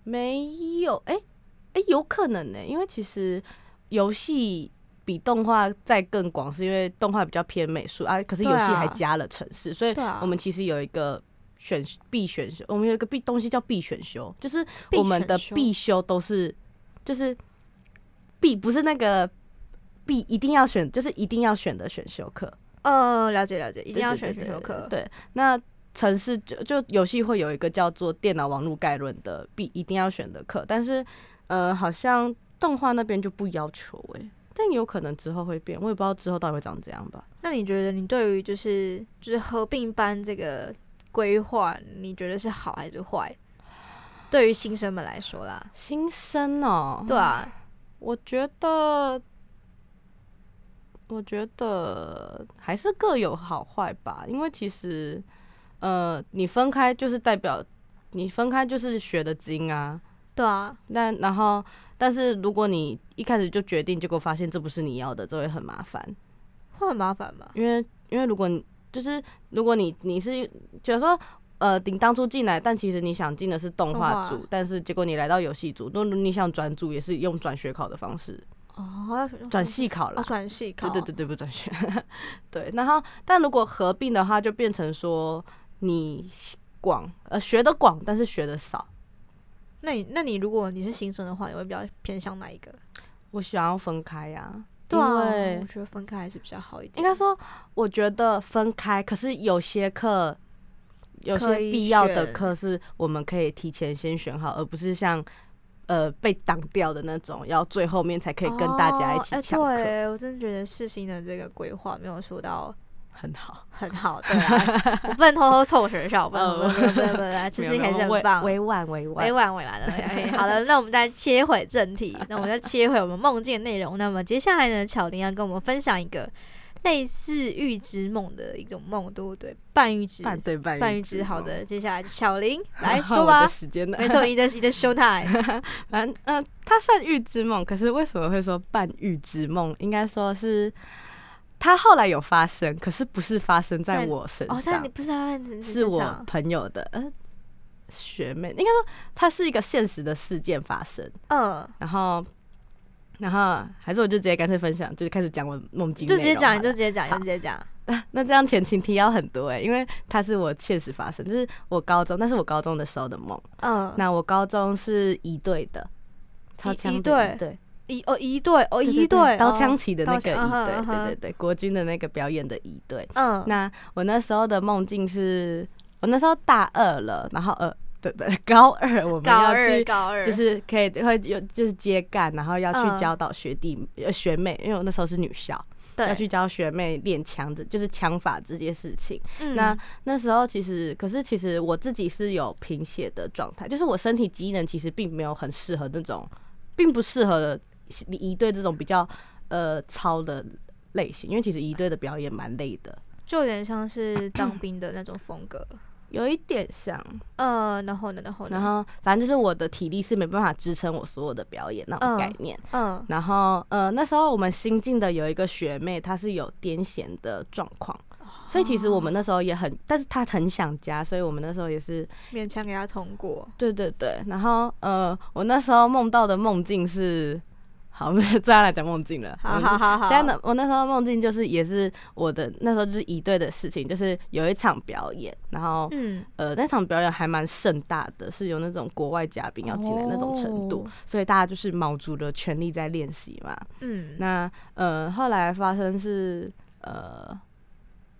没有，哎、哎、有可能呢、因为其实游戏比动画再更广，是因为动画比较偏美术啊，可是游戏
对啊
还加了城市，所以
对啊
我们其实有一个选必选修，我们有一个必东西叫必选修，就是
必
我们的
选修
必修都是就是必不是那个。必一定要选，就是一定要选的选修课，
呃，了解了解，一
一
定要选选修课。
对，那城市就就游戏会有一个叫做《电脑网络概论》的必一定要选的课，但是呃，好像动画那边就不要求哎、但有可能之后会变，我也不知道之后到底会长怎样吧。
那你觉得你对于就是就是合并班这个规划，你觉得是好还是坏？对于新生们来说啦，
新生哦、
对啊，
我觉得，我觉得还是各有好坏吧，因为其实，呃，你分开就是代表你分开就是学的精啊，
对啊，
那然后，但是如果你一开始就决定，结果发现这不是你要的，这会很麻烦。
会很麻烦吧？
因为因为如果你就是如果你你是觉得说呃，你当初进来，但其实你想进的是动画
动
组，但是结果你来到游戏组，那如果你想转组也是用转学考的方式，
哦，要选
转系考啦
哦，。转系考，
对对对对，不转学。 对，然后但如果合并的话，就变成说你广呃学的广，但是学的少。
那你那你如果你是新生的话，你会比较偏向哪一个？
我想要分开呀、
对啊
因为
我觉得分开还是比较好一点。
应该说，我觉得分开，可是有些课，有些
可以
必要的
选
课是我们可以提前先选好，而不是像呃被挡掉的那种，要最后面才可以跟大家一起抢
哦
课，
哎对，我真的觉得世新的这个规划没有说到
很好。
很好，对啊， 我不能偷偷凑学校，不能不能不能不能不能，世
哦没有
新还
那
是
么
很棒，
委委婉委婉
委。婉委婉的。OK，好了，那我们再切回正题，那我们再切回我们梦境的内容。那么接下来呢，巧玲要跟我们分享一个类似预知梦的一种梦，对不对？半预知，
半对半
半预
预
知。
知，
好
哦，
的，接下来巧 玲来
我
说
的
吧。
时间呢？
没错，你的你的 show time
反正呃，它算预知梦，可是为什么会说半预知梦？应该说是它后来有发生，可是不是发生在
在
我身上。
哦，但你不是啊你
是我朋友的呃学妹，应该说它是一个现实的事件发生，
嗯，
然后然后还是我就直接干脆分享，就是开始讲我梦境内
就直
容好了，
接讲，你就直接讲，你
好
就直接讲。
那这样前情提要很多哎、因为它是我现实发生，就是我高中，那是我高中的时候的梦。
嗯，
那我高中是一队的，超
一
强
一队
对对
一哦一队哦
对
一
对
队
刀枪，旗的那
刀
个
枪
一
嗯哼嗯
队，对
哼
对对，国军的那个表演的一队。
哦嗯，
那我那时候的梦境是，我那时候大二了，然后呃，对 对，高二我们
高
要
二
去，
高二
就是可以会有就是接干，然后要
嗯
去教导学弟、呃学妹，因为我那时候是女校，要
对，
去教学妹练枪的，就是枪法这件事情。
嗯
那那时候其实，可是其实我自己是有贫血的状态，就是我身体机能其实并没有很适合那种，并不适合一队这种比较呃操的类型，因为其实一队的表演蛮累的。
就有点像是当兵的那种风格。
有一点像，
呃，然后呢，然后呢，
然后反正就是我的体力是没办法支撑我所有的表演那种概念。
嗯
然后呃，那时候我们新进的有一个学妹，她是有癫痫的状况，所以其实我们那时候也很，但是她很想家，所以我们那时候也是
勉强给他通过。
对对对。然后呃，我那时候梦到的梦境是，好，我们就这样来讲梦境了。
好
我们
好好好，
现在呢，我那时候梦境就是也是我的那时候就是一队的事情，就是有一场表演，然后
嗯，
呃，那场表演还蛮盛大的，是有那种国外嘉宾要进来那种程度，
哦
所以大家就是卯足了全力在练习嘛。
嗯，
那呃，后来发生是呃，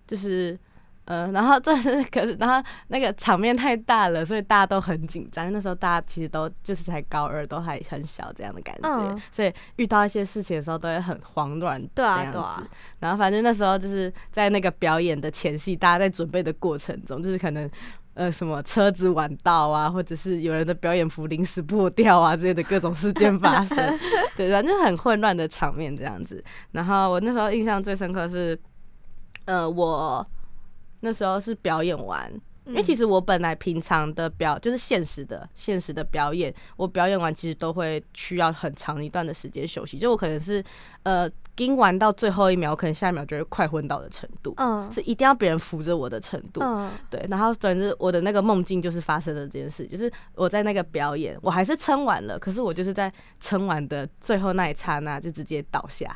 就是嗯，然后这是可是，然后那个场面太大了，所以大家都很紧张。那时候大家其实都就是才高二，都还很小这样的感觉，
嗯
所以遇到一些事情的时候都会很慌乱这
对啊
样子。
对啊
然后反正那时候就是在那个表演的前戏，大家在准备的过程中，就是可能。呃，什么车子晚到啊，或者是有人的表演服临时破掉啊之类的各种事件发生，对，反正就很混乱的场面这样子。然后我那时候印象最深刻是，呃，我那时候是表演完，因为其实我本来平常的表就是现实的现实的表演，我表演完其实都会需要很长一段的时间休息，就我可能是呃盯完到最后一秒，我可能下一秒就会快昏倒的程度，
嗯
是一定要别人扶着我的程度。
嗯
对，然后总之我的那个梦境就是发生了这件事，就是我在那个表演，我还是撑完了，可是我就是在撑完的最后那一刹那就直接倒下，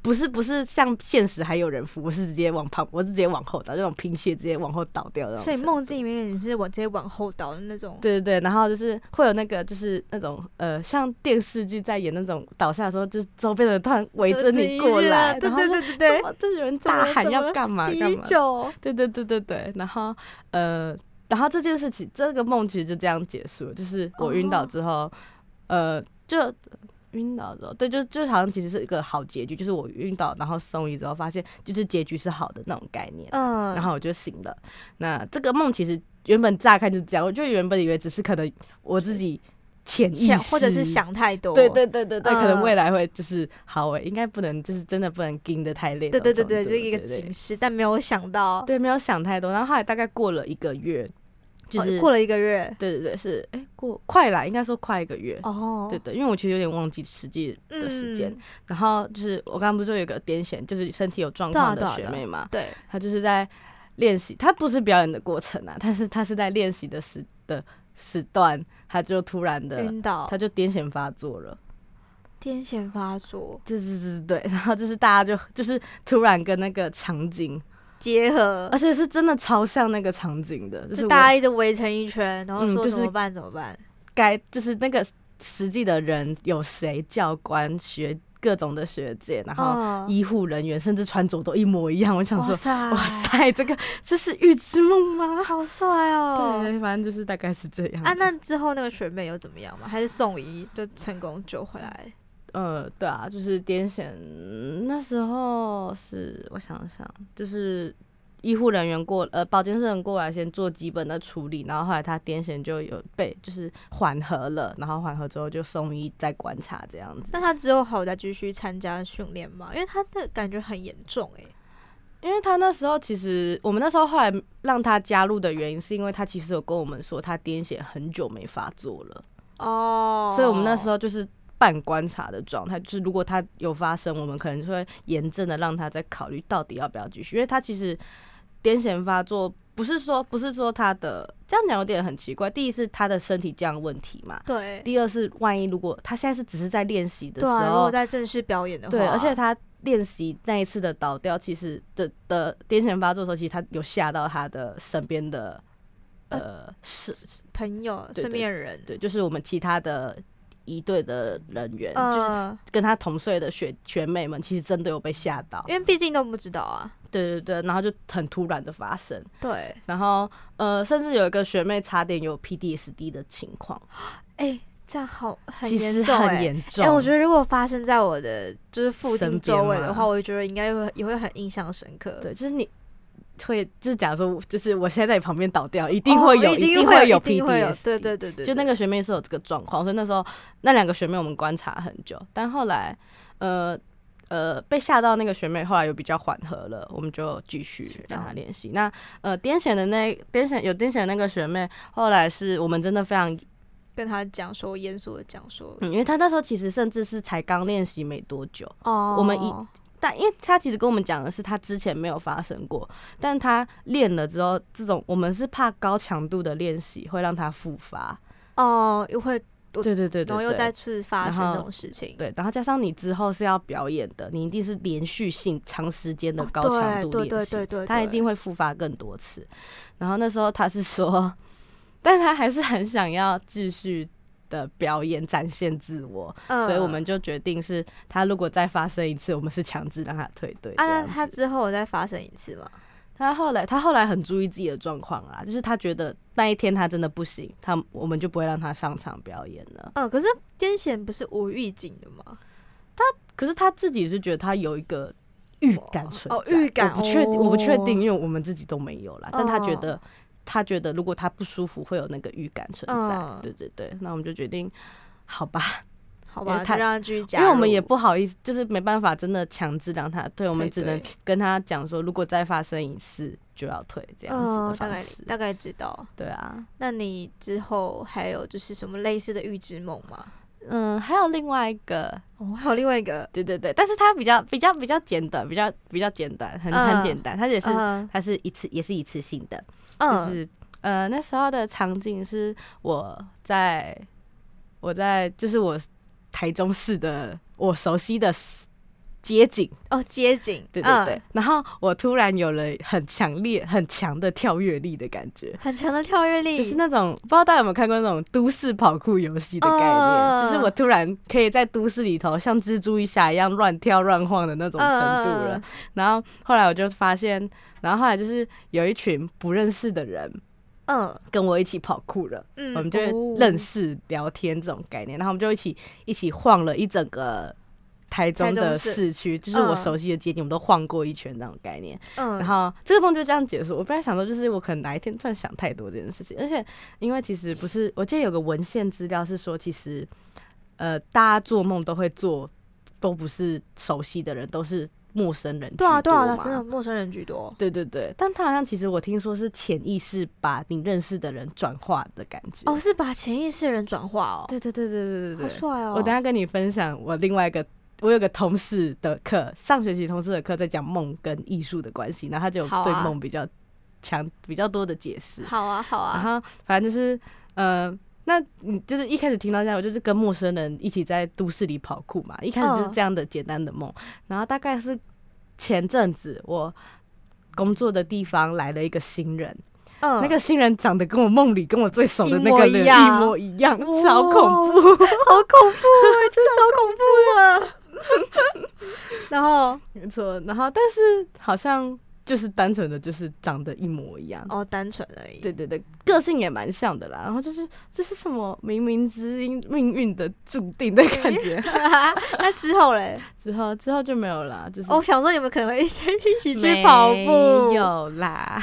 不是不是像现实还有人扶，我是直接往旁，我是直接往后倒，那种贫血直接往后倒掉那种。
所以梦。境里面你是往直接往后倒的那种，
对对对，然后就是会有那个，就是那种呃，像电视剧在演那种倒下的时候，就是周边的人突然围着你过来，
对
然后
对
就
对对
怎
对
么就是有人大喊要干嘛
对，
干嘛
第，九，
对对对对对，然后呃，然后这件事情，这个梦其实就这样结束了，就是我晕倒之后，呃，就晕倒之后，对，就就好像其实是一个好结局，就是我晕倒然后送医之后，发现就是结局是好的那种概念，
嗯，
然后我就醒了。那这个梦其实原本乍看就是这样，我就原本以为只是可能我自己潜意识
想或者是。想太多，
对对对对对，可能
嗯
未来会就是好欸诶、应该不能就是真的不能盯得太累那
对对
种程度。
对对，就是一个警示，但没有想到，
对，没有想太多。然后后来大概过了一个月，就是、
哦过了一个月
对对对，是哎、过快啦，应该说快一个月。
哦，
嗯对对，因为我其实有点忘记实际的时间。
嗯
然后就是我刚刚不是说有个癫痫，就是身体有状
对啊
况的
对啊
学
对啊
妹嘛，
对，
她就是在练习，她不是表演的过程啊，但是她是在练习的时的时段，她就突然的，
晕倒
她，就癫痫发作了。
癫痫发作，
对对对对， 对然后就是大家就就是突然跟那个场景，
结合
而，且是真的超像那个场景的，就是
就
我
大家一直围成一圈，然后
嗯
说
就
怎
是
么办怎么办，
该就是那个实际的人有谁，教官、学各种的学姐，然后
嗯
医护人员，甚至穿着都一模一样。我想
哇
说，
塞，
哇塞，这个这是预知梦吗？
好帅哦！
对，反正就是大概是这样
啊，
的
那之后那个学妹又怎么样嘛？还是送医就成功救回来？
呃，对啊，就是癫痫那时候是我想想，就是医护人员过呃，保健室人过来先做基本的处理，然后后来他癫痫就有被就是缓和了，然后缓和之后就送医再观察这样子。
那她之后还有再继续参加训练吗？因为她的感觉很严重
欸
诶、
因为他那时候其实，我们那时候后来让他加入的原因，是因为他其实有跟我们说他癫痫很久没发作了，
哦
所以我们那时
候
候就是半观察的状态，就是如果他有发生，我们可能就会严正的让他再考虑到底要不要继续，因为他其实癫痫发作不是说不是说他的这样讲有点很奇怪，第一是他的身体这样的问题嘛，
对
第二是万一如果他现在是只是在练习的时
对啊，如
候
果，在正式表演的话，
对，而且他练习那一次的倒掉，其实的的癫痫发作的时候，其实他有吓到他的身边的呃是，
朋友
对
身边的人，
对，就是我们其他的一队的人员，就是
嗯，
跟他同岁的学学妹们，其实真的有被吓到。
因为毕竟都不知道啊，
对对对，然后就很突然的发生，
对，
然后呃，甚至有一个学妹差点有 PDSD 的情况，
哎，这样好很
其
严
实
重欸
很严重。
哎、我觉得如果发生在我的就是附
身
近
边
周围的
吗
话，我觉得应该会也会很印象深刻。
对，就是你会，就是假如说，就是我现在在你旁边倒掉，一定会有，
哦一定
会有
一定会有
PDS，
对对对对，
就那个学妹是有这个状况，所以那时候那两个学妹我们观察很久，但后来呃呃被吓到那个学妹后来有比较缓和了，我们就继续
哦
让她练习。那呃癫痫的那癫痫有癫痫的那个学妹，后来是我们真的非常，
跟他讲说，严肃的讲说，
嗯，因为她那时候其实甚至是才刚练习没多久，
哦
我们一但因为他其实跟我们讲的是他之前没有发生过，但他练了之后，这种我们是怕高强度的练习会让他复发。
哦又会，
对对对对
然后又
对
再次发
然
生这
后
种事情，
对，然后加上你之后是要表演的，你一定是连续性、长时间的
哦
高
对
强度
对
练习
对对对，
他一
对
定会复发更多次。然后那时候他是说， 但他还是很想要继续的表演，展现自我，
嗯
所以我们就决定是他如果再发生一次，我们是强制让他退队这
啊，
样
那
子。
他之后有再发生一次吗？
他后来他后来很注意自己的状况啦，就是他觉得那一天他真的不行，他我们就不会让他上场表演了。
嗯，可是癫痫不是无预警的吗？
可是他自己是觉得他有一个预感存在，
哦嗯预感
我不确定，我不确定，
哦
因为我们自己都没有啦。但他觉得，他觉得如果他不舒服，会有那个预感存在
嗯。
对对对，那我们就决定，好吧，
好
因
吧，
为
就
他
让他继续加
因
入。
为我们也不好意思，就是没办法真的强制让他退，我们
对
只能
对
跟他讲说，如果再发生一次就要退这样子
嗯大
的，方
概
式。
大概知道。
对啊，
那你之后还有就是什么类似的预知梦吗？
嗯，还有另外一个，
哦，还有另外一个，
对对对，但是它比较比较比较简短，比较比较简短，很很
嗯
简单，它也是
嗯
它是一次也是一次性的，就
嗯，
是呃那时候的场景是我在我在就是我台中市的我熟悉的街景，
哦，街景，
对对
嗯
对，，然后我突然有了很强烈很强的跳跃力的感觉，
很强的跳跃力，
就是那种不知道大家有没有看过那种都市跑酷游戏的概念，
嗯
就是我突然可以在都市里头像蜘蛛一下一样乱跳乱晃的那种程度
嗯嗯
了。
嗯
然后后来我就发现，然后后来就是有一群不认识的人
嗯
跟我一起跑酷了，
嗯，
我们就
哦
认识、聊天这种概念，然后我们就一起一起晃了一整个。台中
台
的
中市
市区，就是我
嗯
熟悉的街景，我们都晃过一圈那种概念。
嗯，
然后这个梦就这样结束。我本来想说，就是我可能哪一天突然想太多这件事情，而且因为其实不是，我记得有个文献资料是说，其实呃，大家做梦都会做，都不是熟悉的人，都是陌生人居
对啊对啊，
多
对啊
嘛
真的陌生人居多，
对对对，但他好像其实我听说是潜意识把你认识的人转化的感觉。
哦，，是把潜意识人转化哦，
对对对对对
好
对对。
帅哦，
我等一下跟你分享我另外一个，我有个同事的课，上学期同事的课在讲梦跟艺术的关系，然后他就
好啊
对梦比较强、比较多的解释。
好啊好
然
啊，
后反正就是呃，那你就是一开始听到这样，我就是跟陌生人一起在都市里跑酷嘛，一开始就是
嗯
这样的简单的梦，然后大概是前阵子我。工作的地方来了一个新人，
嗯，
那个新人长得跟我梦里跟我最熟的那个
一模一
人
样
一模一样，哦超
哇
恐怖。
好恐怖，欸 真的超恐怖的， 然后
没错，然后但是好像就是单纯的就是长得一模一样。
哦，单纯而已，
对对对，个性也蛮像的啦。然后就是这是什么冥冥之音、命运的注定的感 觉。
那之后嘞，
之后之后就没有啦，就是
哦我想说你们可能会一 起一起
没
去跑步，
有 啦。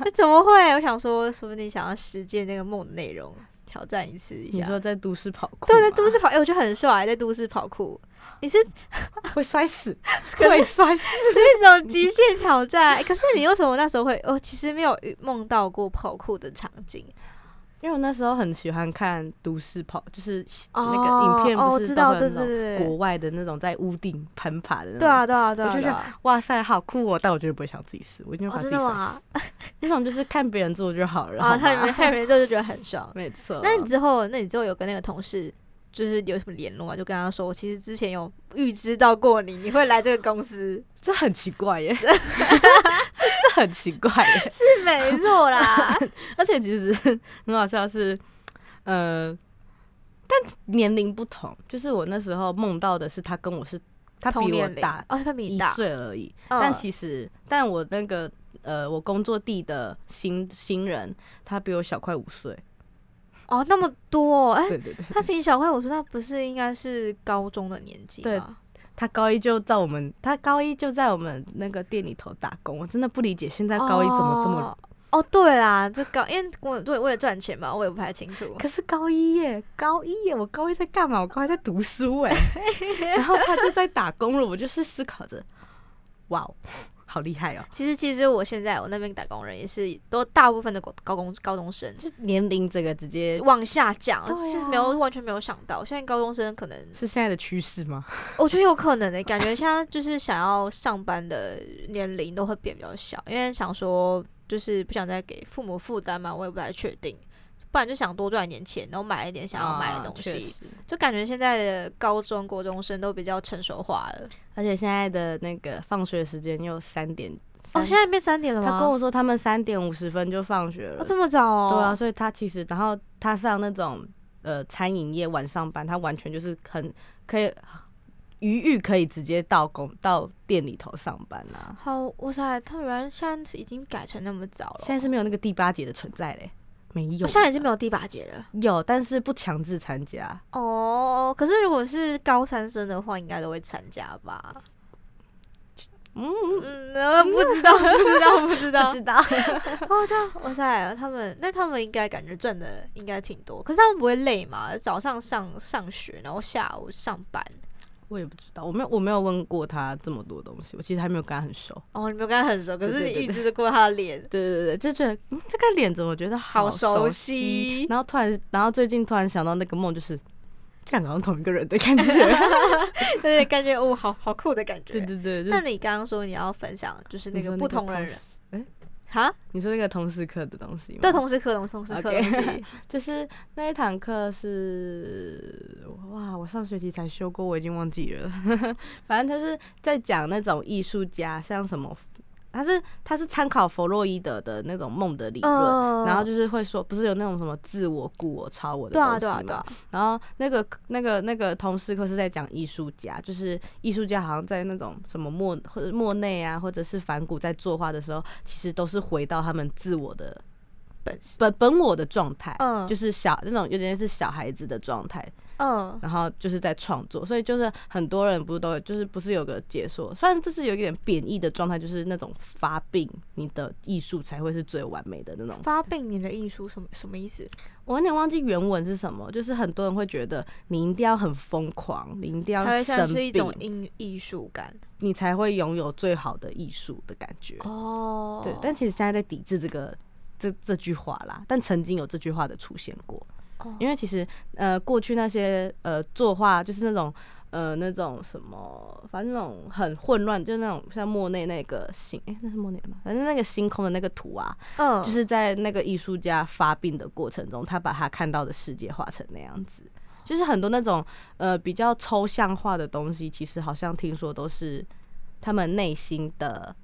那怎么会？我想说，说不定想要实践那个梦的内容，挑战一次一
你
下。
说在都市跑酷吗，
对，在都市跑，哎、我觉得很帅，在都市跑酷。你是
会摔 死，会摔死。
这种极限挑战、哎可是你为什么那时候会？哦，其实没有梦到过跑酷的场景。
因为我那时候很喜欢看都市跑，就是
哦
那个影片，
哦
不
我
是
知
都
道
会有
对
那
对对
种
对
国外的那种在屋顶攀爬的那种。
对啊，对啊，对
我
啊，
就
对
觉
啊
得哇塞，好酷哦！但我绝对不会想自己死，我一定会
哦，
把自
真
己
的
摔
吗
死。？ 那种就是看别人做就好 了。
啊，
好
他
吗
们他们之后就觉得很 爽。
没错。
那你之后，那你之后有跟那个同事就是有什么联络吗？就跟他说，我其实之前有预知到过你，你会来这个公司，
这很奇 怪耶，这这很奇怪耶。
是没错啦。
而且其实很好笑是，呃，但年龄不同，就是我那时候梦到的是他跟我是他
同
比我
年龄
大
哦，他比
一
你大，
岁而已，
嗯
但其实但我那个呃我工作地的新新人，他比我小快五岁。
哦，那么多哦哎、
对对对，
他比小慧，我说他不是应该是高中的年纪
对
吗？
他高一就在我们，他高一就在我们那个店里头打工，我真的不理解现在高一怎么这么。
哦？哦，对啦，这高，因为我对为了赚钱嘛，我也不太清楚。
可是高一耶，高一耶，我高一在干嘛？我高一在读书哎， 然后他就在打工了，我就是思考着，哇哦，好厉害哦！
其实，其实我现在我那边打工人也是都大部分的高高中高中生
就年龄这个直接
往下降，
对啊
是没有完全没有想到，现在高中生可能
是现在的趋势吗？
我觉得有可能的、感觉现在就是想要上班的年龄都会变比较小，因为想说就是不想再给父母负担嘛，我也不太确定。不然就想多赚一点钱，然后买一点想要买的东
啊确
西，
实
就感觉现在的高中国中生都比较成熟化了。
而且现在的那个放学时间又三点，
哦，
三
现在变三点了吗？
他跟我说他们三点五十分就放学了，
哦这么早哦？
对啊，，所以他其实，然后他上那种呃餐饮业晚上班，他完全就是很可以余裕可以直接到公到店里头上班啊。
好，哇塞，他们原来现在已经改成那么早了，
现在是没有那个第八节的存在嘞，哦没有
哦
了，
现在已经没有第八节了。
有，但是不强制参加。
哦，可是如果是高三生的话，应该都会参加吧？
嗯，
嗯，呃不知道，不知道，不知道
不。知道，
哦，这样，哇塞，他们那他们应该感觉赚的应该挺多，可是他们不会累嘛？早上上上学，然后下午上班。
我也不知道，我没有我没有问过他这么多东西，我其实还没有跟他很熟。
哦，你没有跟他很熟，可是
对对
你
对
预知得过他的脸。
对对对，就觉得、嗯、这个脸怎么觉得
好熟
熟
悉
然后突然，然后最近突然想到那个梦，就是这两个好像同一个人的感觉。
对对，感觉哦，好好酷的感觉。
对对对，就
那你刚刚说你要分享，就是那
你说
个不同的人
同事哎，
哈，
你说那个同事课的东西吗？
对，同时课，同同时课
OK
东西，
就是那一堂课是哇，我上学期才修过，我已经忘记了。 反正他是在讲那种艺术家，像什么，他是他是参考弗洛伊德的那种梦的理论。
嗯
然后就是会说，不是有那种什么自我、故我、超我的
对
东西
啊，
吗？
对啊，对啊，
然后那个那个那个同事课是在讲艺术家，就是艺术家好像在那种什么莫或者莫内啊，或者是梵谷在作画的时候，其实都是回到他们自我的
本
本本我的状态，
嗯
就是小那种有点是小孩子的状态，
嗯，
然后就是在创作，所以就是很多人不是都有就是不是有个解说，虽然这是有一点贬义的状态，就是那种发病，你的艺术才会是最完美的那种
发病你的艺术什么什么意思？
我有点忘记原文是什么，就是很多人会觉得你一定要很疯狂，你一定要
它会
生
像是一种
病，
艺艺术感
你才会拥有最好的艺术的感觉。
哦
对，但其实现在在抵制这个这这句话啦，但曾经有这句话的出现过，
哦
因为其实呃过去那些呃作画就是那种。呃，那种什么，反正那种很混乱，就是那种像莫内那个星，哎、那是莫内吗？反正那个星空的那个图啊，
嗯，
就是在那个艺术家发病的过程中，他把他看到的世界画成那样子。就是很多那种呃比较抽象化的东西，其实好像听说都是他们内心的，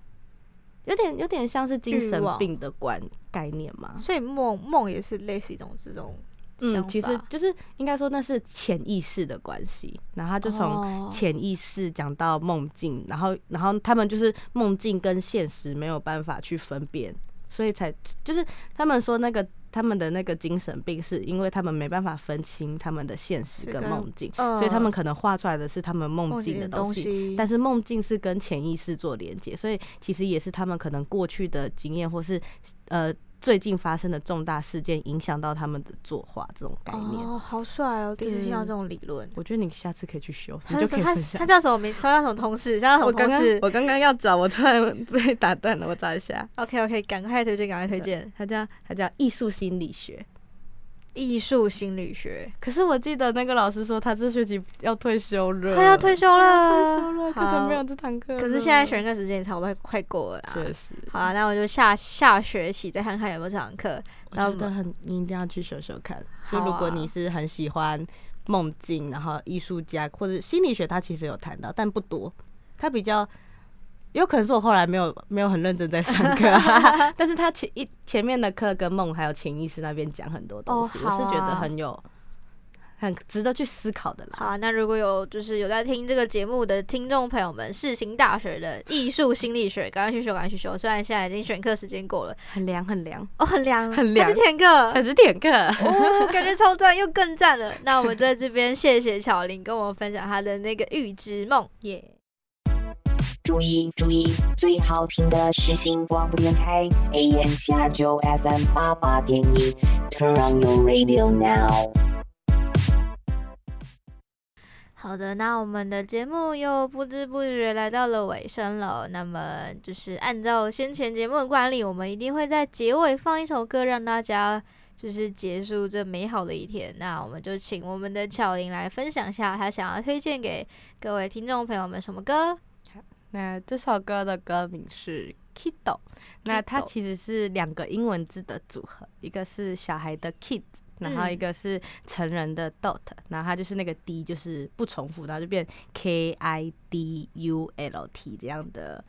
有点有点像是精神
欲望
病的观概念嘛。
所以梦梦也是类似一种这种想
嗯，
法
其实就是应该说那是潜意识的关系，然后他就
哦
从潜意识讲到梦境，然后然后他们就是梦境跟现实没有办法去分辨，所以才就是他们说那个他们的那个精神病，是因为他们没办法分清他们的现实
是
跟
跟
梦境，
嗯
所以他们可能画出来的是他们梦
梦
境
境
的
的
东
东
西。
西，
但
是
是梦境是跟潜意识做连接，所以其实也是他们可能过去的经验，或是呃最近发生的重大事件影响到他们的作画这种概念。
哦，好帅哦，第一次听到
对
这种理论。
我觉得你下次可以去修，你
他
就是可以
他
分
是
享
他。叫什么名？他叫什么同事？叫什么
我刚
同
刚
事
我刚刚要找，我突然被打断了，我找一下。
？OK OK，赶快推荐，赶快推荐
它叫它叫艺术心理学。
艺术心理学。
可是我记得那个老师说，他这学期要退休了，
他要退休
退
了，
休了，可
好
能没有这堂课了。
可是现在选课时间也差不多快过了啦
确。实，
好啊，那我就下下学期再看看有没有这堂课。
我
那
觉
我
得
们
很，你一定要去修修看。
好
就
啊
如果你是很喜欢梦境，然后艺术家或者心理学，他其实有谈到，但不多。他比较有可能是我后来没有没有很认真在上课、啊，但是他前一前面的课跟梦还有潜意识那边讲很多东西，
哦好啊
我是觉得很有很值得去思考的
好
啦。
啊，那如果有就是有在听这个节目的听众朋友们，世新大学的艺术心理学，赶快去修，赶快去修。虽然现在已经选课时间过了，
很凉很凉，
哦，很凉，
很凉
还是填课，
还是点课。
哦，感觉超赞，又更赞了。那我们在这边谢谢巧玲跟我们分享她的那个预知梦。
注意注意，最好听的是星光电台 AM 七二九 FM 八八点一，Turn on your radio now。
好的，那我们的节目又不知不觉来到了尾声了。那么就是按照先前节目的惯例，我们一定会在结尾放一首歌，让大家就是结束这美好的一天。那我们就请我们的巧玲来分享一下，她想要推荐给各位听众朋友们什么 歌？
那这首歌的歌名是 Kiddo，那它
Kiddo
其实是两个英文字的组合，一个是小孩的 kid，然后
嗯
一个是成人的 dot，、然后它就是那个 d 就是不重复，然后就变 K I D U L T 这样的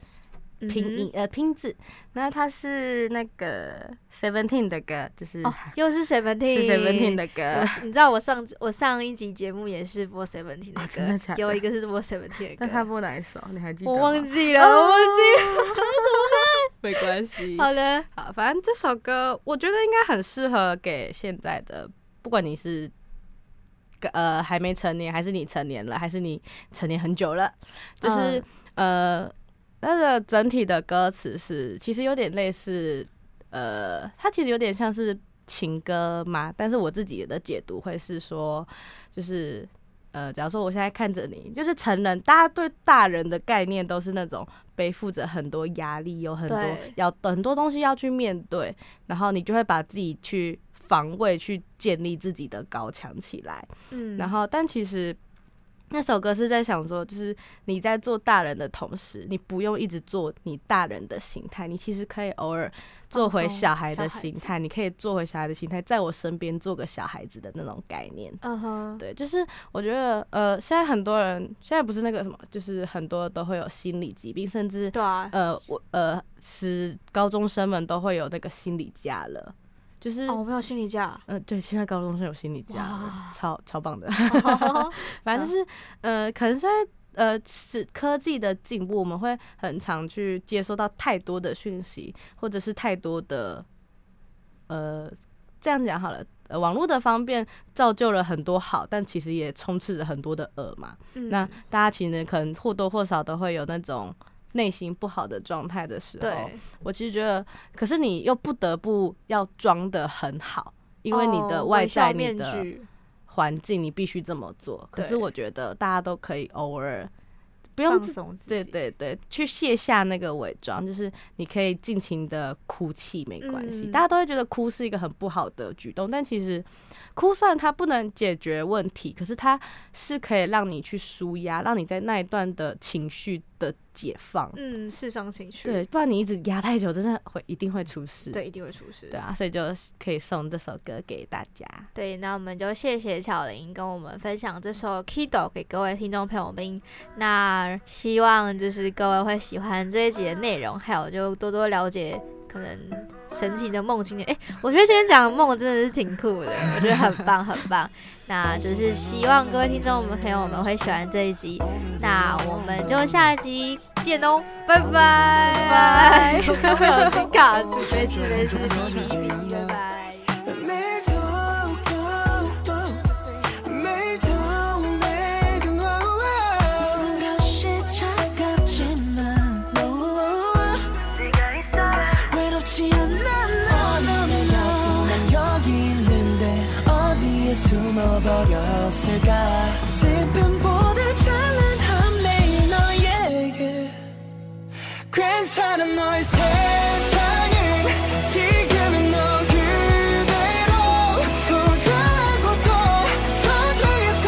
拼音、呃拼字，那他是那个 Seventeen 的歌，就是、
哦，又是 Seventeen，
是 Seventeen 的歌
我，是你知道我上我上一集节目也是播 Seventeen 的歌，
哦真的假的
有一个是播 Seventeen 的
那他
歌，
播哪一首？你还记得哦
我
吗？
忘记了，我忘记了。
没关系。
好了，
好，反正这首歌我觉得应该很适合给现在的，不管你是呃还没成年，还是你成年了，还是你成年很久了，就是、呃，它的整体的歌词是其实有点类似，呃，它其实有点像是情歌嘛，但是我自己的解读会是说，就是。呃，假如说我现在看着你，就是成人，大家对大人的概念都是那种背负着很多压力，有很多
对
要很多东西要去面对，然后你就会把自己去防卫，去建立自己的高墙起来。
嗯，
然后，但其实那首歌是在想说，就是你在做大人的同时，你不用一直做你大人的心态，你其实可以偶尔做回
放松
小孩的
小孩
心
子
态，你可以做回小孩的心态，在我身边做个小孩子的那种概念。
嗯哼，
对，就是我觉得，呃，现在很多人现在不是那个什么，就是很多都会有心理疾病，甚至
对啊，
呃，我呃，使高中生们都会有那个心理假了，就是、
哦，我没有心理假，
呃，对，现在高中生有心理假了
哇，
超超 棒的。哦反正就是呃，可能是因为呃，是科技的进步，我们会很常去接收到太多的讯息，或者是太多的呃，这样讲好了。呃，网络的方便造就了很多好，但其实也充斥着很多的恶嘛。
嗯
那大家其实可能或多或少都会有那种内心不好的状态的时候，
对，
我其实觉得，可是你又不得不要装的很好，因为你的
哦
外
微笑
在、你
面
的
具，
环境，你必须这么做。可是
对
我觉得大家都可以偶尔不用
放
自，
松自己，
对对对，去卸下那个伪装，就是你可以尽情的哭泣，没关系。
嗯
大家都会觉得哭是一个很不好的举动，但其实哭虽然它不能解决问题，可是它是可以让你去舒压，让你在那一段的情绪的解放。
嗯，释放情绪，
对，不然你一直压太久，真的会一定会出事。
对，一定会出事，
对啊，所以就可以送这首歌给大家。
对，那我们就谢谢巧玲跟我们分享这首《Kido》给各位听众朋友们。那希望就是各位会喜欢这一集的内容，还有就多多了解可能神奇的梦境。哎、我觉得今天讲的梦真的是挺酷的，我觉得很棒很棒。那就是希望各位听众朋友们会喜欢这一集。那我们就下一集见哦，拜拜。 拜卡住，没事没事，哔哔哔，拜拜。
매일 더욱 더욱 더욱 매일 더욱 매그마워 모든 것이 차갑지만 네가 있어 외롭지 않아 너는 같은 난 여기 있는데 어디에 숨어버렸을까 슬픔보다 찬란한 매일 너에게 괜찮은 너의 세상은 지금은 너 그대로 소중하고 또 소중해서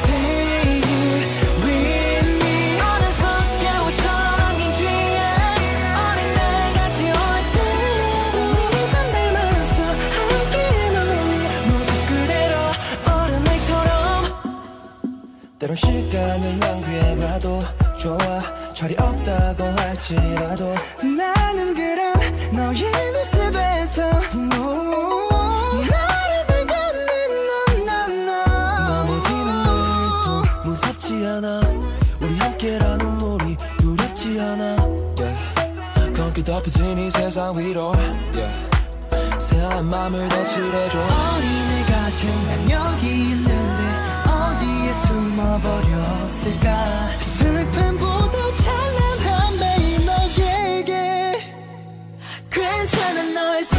Stay here with me 어느새 깨워서 안긴 뒤에 어린 날 같이 올 때도 우리 참 닮았어 함께 너의 모습 그대로 어른 날처럼 때론 시간을 낭비해봐도 좋아 철이 없다고 할지라도 나는 그런 너의 모습에서 no. 나를 불가는 넌넌너 넘어지는 물도 무섭지 않아 우리 함께라는 물이 두렵지 않아 yeah. 검게 덮여진 이 세상 위로 yeah. 새한 맘을 더 칠해줘 어린애 같은 난 여기 있는데 어디에 숨어버렸을까 슬픔보다 찬란한 매일 너에게 괜찮은 너의 세